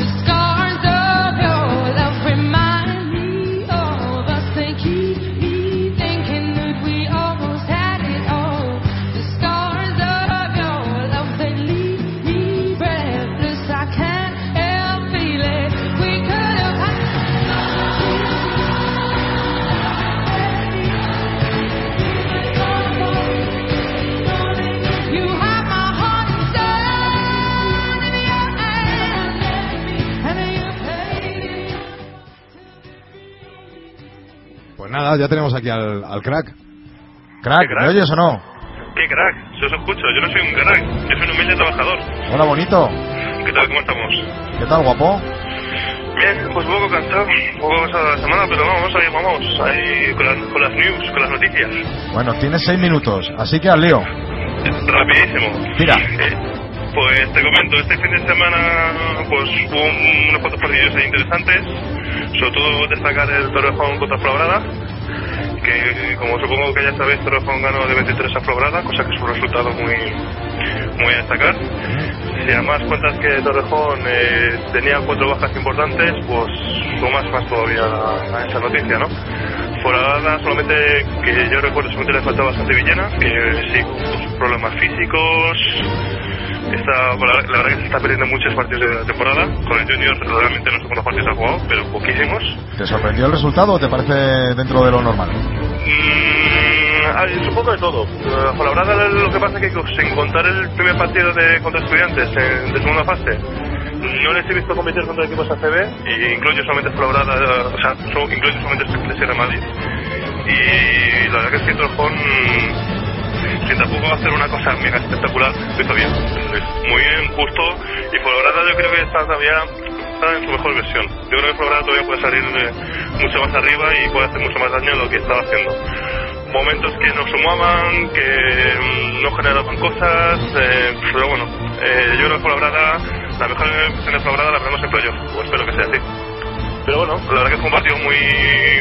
E: The scars of your love remind me of us. They keep me thinking that we almost had it all. The scars of your love they leave me breathless. I can't help feeling we could have had. You have my heart inside in your hand, and you played it.
B: Pues nada, ya tenemos aquí al, al crack. Crack,
F: ¿Qué crack?
B: ¿me oyes o no?
F: ¡Qué crack! Yo os escucho, yo no soy un crack, yo soy un humilde trabajador.
B: Hola, bonito.
F: ¿Qué tal? ¿Cómo estamos?
B: ¿Qué tal, guapo?
F: Bien, pues un poco cansado, un poco cansado de la semana, pero vamos, ahí vamos, ahí con las, con las news, con las noticias.
B: Bueno, tienes seis minutos, así que al lío.
F: Rapidísimo.
B: Tira.
F: Eh, pues te comento, este fin de semana pues hubo un- unos cuantos partidos ahí interesantes, sobre todo destacar el Torrejón contra Flabrada, que como supongo que ya sabéis, Torrejón ganó de 23 a Flabrada, cosa que es un resultado muy, muy a destacar. Si además cuentas que Torrejón eh, tenía cuatro bajas importantes, pues sumas más todavía a, a esa noticia, ¿no? Forada solamente que yo recuerdo solamente le faltaba bastante Villena, que sí, pues, problemas físicos. Está, la, la verdad que se está perdiendo muchos partidos de la temporada. Con el Junior realmente no sé cuántos partidos ha jugado, pero poquísimos.
B: ¿Te sorprendió el resultado o te parece dentro de lo normal?
F: Mm, ah, es un poco de todo. Eh, Por la verdad, lo que pasa es que sin contar el primer partido de contra estudiantes eh, de segunda fase, no les he visto competir contra equipos ACB, y incluyo solamente por la verdad, eh, o sea, so- incluyo solamente de Sierra Madrid. Y la verdad que es que Torjón, mm, sin tampoco hacer una cosa mega espectacular, lo hizo bien. Muy bien, justo, y por la verdad yo creo que está todavía está en su mejor versión. Yo creo que Flabrada todavía puede salir eh, mucho más arriba y puede hacer mucho más daño de lo que estaba haciendo. Momentos que no sumaban, que mm, no generaban cosas, eh, pero bueno, eh, yo creo que Flabrada, la mejor versión de Flabrada la veremos en playoff, o espero que sea así. Pero bueno, la verdad que fue un partido muy,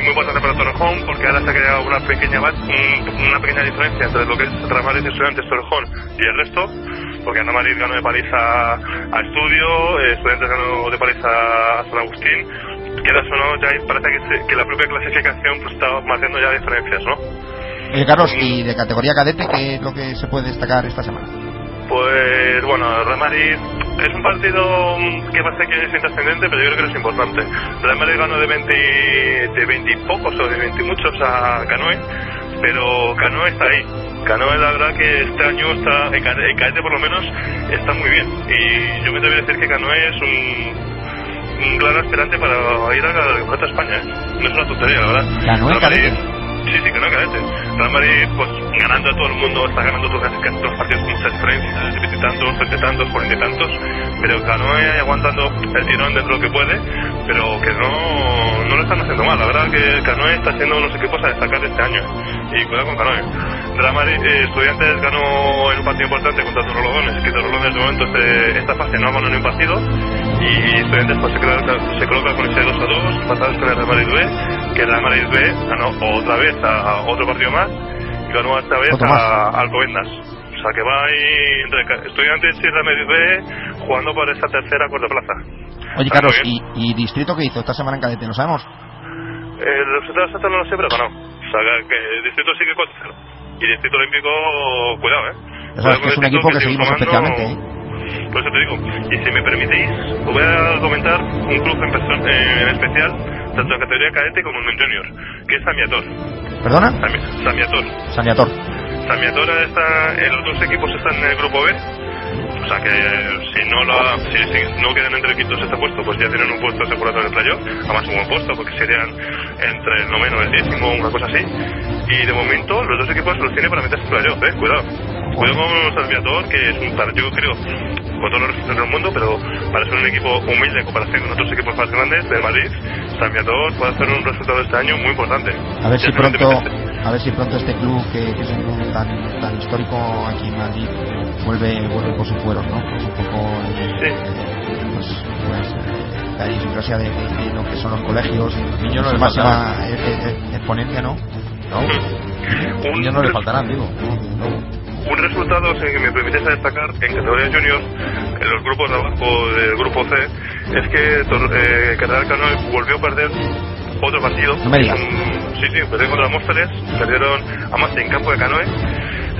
F: muy importante para Torrejón, porque ahora se ha creado una pequeña, va- un- una pequeña diferencia entre lo que es Ramales y Estudiantes Torrejón y el resto, porque Ana Madrid ganó de paliza a Estudio, eh, Estudiantes ganó de paliza a San Agustín, queda eso no, ya parece que, se- que la propia clasificación pues, está marcando ya diferencias, ¿no?
C: Eh, Carlos, y de categoría cadete, ¿qué es lo que se puede destacar esta semana?
F: Pues bueno, Real Madrid es un partido mm, que parece que es intrascendente, pero yo creo que es importante. Real Madrid ganó de 20, de 20 y pocos o de 20 y muchos a Canoe, pero Canoe está ahí. Canoe la verdad que este año está, en ca- en cadete por lo menos, está muy bien. Y yo me atrevo a decir que Canoe es un, un claro aspirante para ir a la Campeonato de España. ¿eh? No es una tontería, la verdad.
C: Canoe,
F: Real Madrid-
C: cadete.
F: Sí, sí, que no, cadete. Real Madrid, pues ganando a todo el mundo, está ganando todos, casi todos los partidos con mucha diferencia, de veintitantos, treinta y tantos, cuarenta y tantos, pero Canoe aguantando el tirón dentro de lo que puede, pero que no, no lo están haciendo mal. La verdad que Canoe está siendo uno de los equipos a destacar este año, y cuidado con Canoe. Real Madrid, eh, Estudiantes ganó en un partido importante contra Torrolodones, que Torrolodones de momento este- esta fase no ha ganado ni un partido, y Estudiantes pues, se, coloca, se coloca con ese 2 a 2, empatados con el Real Madrid B, que el Real Madrid B ganó otra vez a, a otro partido más y ganó esta vez
B: Otro más.
F: a, a Alcobendas. O sea que va ahí entre ca- Estudiantes y Real Madrid B jugando por esta tercera cuarta plaza.
C: Oye,
F: Está
C: Carlos,
F: muy
C: ¿y,
F: bien.
C: y distrito que hizo esta semana en cadete? ¿Lo sabemos?
F: Eh, los resultados exactos no los sé, pero ganó. O sea que, que el Distrito sigue 4-0. Y el Distrito Olímpico, cuidado, ¿eh?
C: Ya sabes
F: Cuidado
C: que
F: con
C: es un
F: el Distrito,
C: equipo que
F: sigue
C: seguimos
F: sumando-
C: especialmente, ¿eh?
F: Por eso te digo, y si me permitís, os voy a comentar un club en, perso- eh, en especial, tanto en categoría cadete como en junior, que es Samiator.
C: ¿Perdona?
F: Sami- Samiator.
C: Saniator.
F: Samiator está, eh, los dos equipos están en el grupo B. O sea que eh, si no lo, si, si no quedan entre quintos este puesto, pues ya tienen un puesto asegurado en el playoff. Además un buen puesto porque serían entre el noveno y el décimo, una cosa así. Y de momento los dos equipos los tiene para meterse en playoff, eh, cuidado. Cuidado con Samiator, que es un par, yo creo, con todos los respetos del mundo, pero para ser un equipo humilde en comparación con otros equipos más grandes de Madrid, Samiator puede hacer un resultado este año muy importante.
C: A ver
F: Ya
C: si
F: solamente
C: pronto,
F: meterse.
C: a ver si pronto este club que, que es un club tan, tan Pues histórico aquí en Madrid vuelve, vuelve por sus fueros, ¿no? Es un poco el-
F: Sí.
C: pues, de ahí, o sea, de, de- de lo que son los colegios,
G: Niños no
C: su
G: les
C: máxima e- e- exponencia, ¿no?
G: No,
F: Un-
G: niños no le faltarán, digo.
F: Un resultado sí, que me permites destacar en categorías juniors, en los grupos de abajo del grupo C, es que Tor- eh, Catalán volvió a perder otro partido.
C: No me digas.
F: Un- sí, sí, perdieron contra Móstoles, perdieron además en campo de Canoe.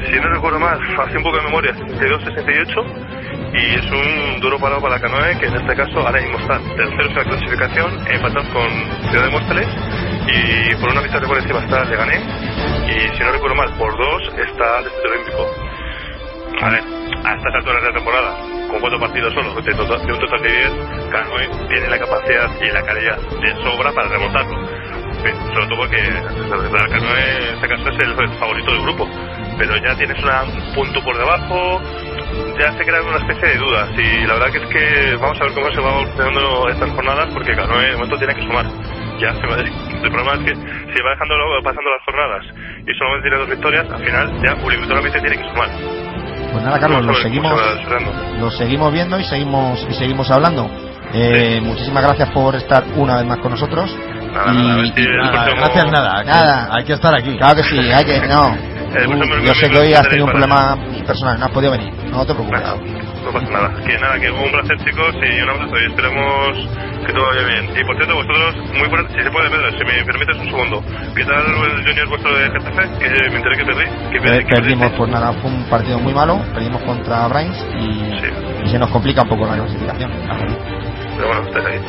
F: Si no recuerdo mal, hace un poco de memoria, 62-68, y es un duro parado para Canoe, que en este caso ahora mismo está terceros en la clasificación, empatados con Ciudad de Móstoles, y por una victoria por encima está Leganés, y si no recuerdo mal, por dos está el Estadio Olímpico. A ver, a estas alturas de la temporada, con cuatro partidos solos, de, total- de un total de 10, Canoe tiene la capacidad y la calidad de sobra para remontarlo. Eh, Sobre todo porque la verdad, Canoe en este caso es el favorito del grupo, pero ya tienes una- un punto por debajo, ya se crean una especie de dudas y la verdad que es que vamos a ver cómo se va evolucionando estas jornadas porque Canoe de momento tiene que sumar. Ya se va, el problema es que si va dejando pasando las jornadas y solamente tiene dos victorias, al final ya obligatoriamente tiene que sumar.
C: Pues nada, Carlos,
F: Vamos
C: los
F: a ver
C: seguimos,
F: cómo se va desarrollando.
C: los seguimos viendo y seguimos, y seguimos hablando. Eh, Muchísimas gracias por estar una vez más con nosotros.
F: Nada, nada, a ver si el
G: Nada,
F: próximo-
G: gracias, nada. que
C: Nada.
G: Hay que estar aquí.
C: Claro que sí, hay que, no.
F: Eh, pues,
C: Tú,
F: hombre,
C: yo
F: me-
C: sé que
F: me
C: hoy has
F: gustaría
C: tenido un
F: ir para
C: problema personal, no has podido venir, no te preocupes.
F: Nada, No pasa nada. Que nada, que un placer, chicos, y un abrazo. Y esperemos que todo vaya bien. Y por cierto, vosotros, muy por- si se puede, Pedro, si me permites un segundo. ¿Qué tal el junior vuestro de Getafe? Que me enteré que perdí. Que
C: Per-
F: perdí, que
C: Perdimos,
F: perdí.
C: pues nada, fue un partido muy malo, perdimos contra Brains y,
F: Sí.
C: y se nos complica un poco la clasificación.
F: Pero bueno, estáis ahí.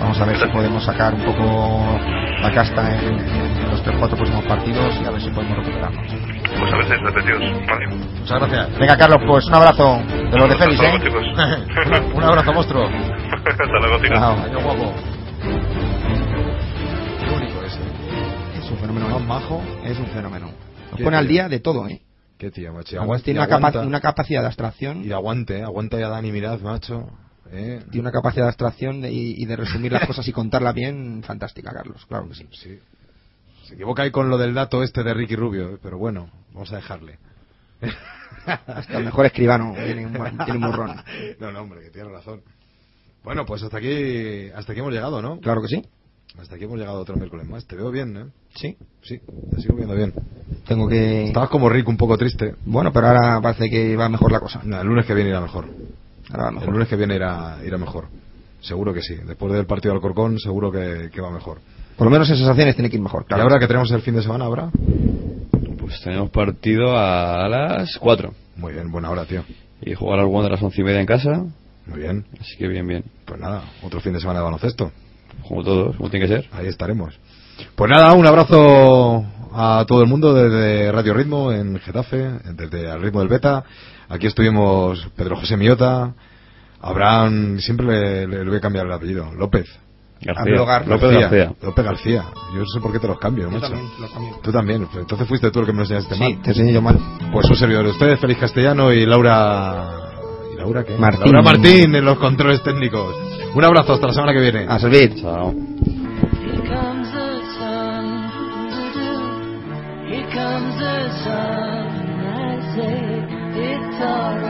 C: Vamos a ver si podemos sacar un poco la casta en, en los 3-4 próximos partidos y a ver si podemos recuperarnos.
F: Pues a veces repetidos. Vale.
G: Muchas gracias.
C: Venga, Carlos, pues un abrazo de los de Félix,
F: Hasta luego,
C: ¿eh?
F: chicos.
G: Un abrazo, monstruo.
F: Hasta luego, chicos.
C: Chao.
G: Año guapo. Qué bonito ese.
C: Es un fenómeno,
B: Más
C: ¿no?
B: majo.
C: es un fenómeno. Nos
B: Qué
C: pone al
B: tío.
C: día de todo, ¿eh?
B: Qué tío, macho. Y
C: Además,
B: aguanta-
C: tiene
B: y
C: una, capa-
B: aguanta.
C: una capacidad de abstracción
B: Y de aguante, ¿eh? aguanta ya Dani Miraz, macho. ¿eh?
C: tiene una capacidad de abstracción de- y, y de resumir las cosas y contarlas bien fantástica, Carlos, claro que sí.
B: Sí. Se equivoca ahí con lo del dato este de Ricky Rubio, ¿eh? pero bueno, vamos a dejarle.
C: Hasta el mejor escribano tiene un, tiene un morrón.
B: No, no, hombre, que tiene razón. Bueno, pues hasta aquí, hasta aquí hemos llegado, ¿no?
C: Claro que sí.
B: Hasta aquí hemos llegado otro miércoles más. Te veo bien, ¿eh?
C: Sí.
B: Sí, te sigo viendo bien.
C: Tengo que...
B: Estabas como Rick un poco triste.
C: Bueno, pero ahora parece que va mejor la cosa.
B: Nada, el lunes que viene irá mejor.
C: Ahora va
B: El
C: mejor.
B: lunes que viene irá, irá mejor. Seguro que sí. Después del partido del Corcón, seguro que, que va mejor.
C: Por lo menos en sensaciones tiene que ir mejor, claro.
B: ¿Y ahora que tenemos el fin de semana, habrá?
D: Pues tenemos partido a las 4.
B: Muy bien, buena hora, tío.
D: Y jugar al Wanda a las 11 y media en casa.
B: Muy bien.
D: Así que bien, bien.
B: Pues nada, otro fin de semana de baloncesto.
D: Como todos, como tiene que ser.
B: Ahí estaremos. Pues nada, un abrazo a todo el mundo desde Radio Ritmo en Getafe, desde el ritmo del beta. Aquí estuvimos Pedro José Miota, Abraham, siempre le, le- le voy a cambiar el apellido, López. Ah,
C: Hablo Gar-
D: López García.
B: López García. Yo no sé por qué te los cambio,
C: Yo
B: macho.
C: también, lo también.
B: Tú también, pues entonces fuiste tú el que me lo enseñaste
C: Sí,
B: mal.
C: te enseñé yo mal.
B: Pues un servidor de ustedes, Félix Castellano y Laura... ¿Y Laura qué?
C: Martín.
B: Laura Martín en los controles técnicos. Un abrazo, hasta la semana que viene.
C: A servir.
D: Chao.
E: Here comes the sun. Here comes the sun. I say it's alright.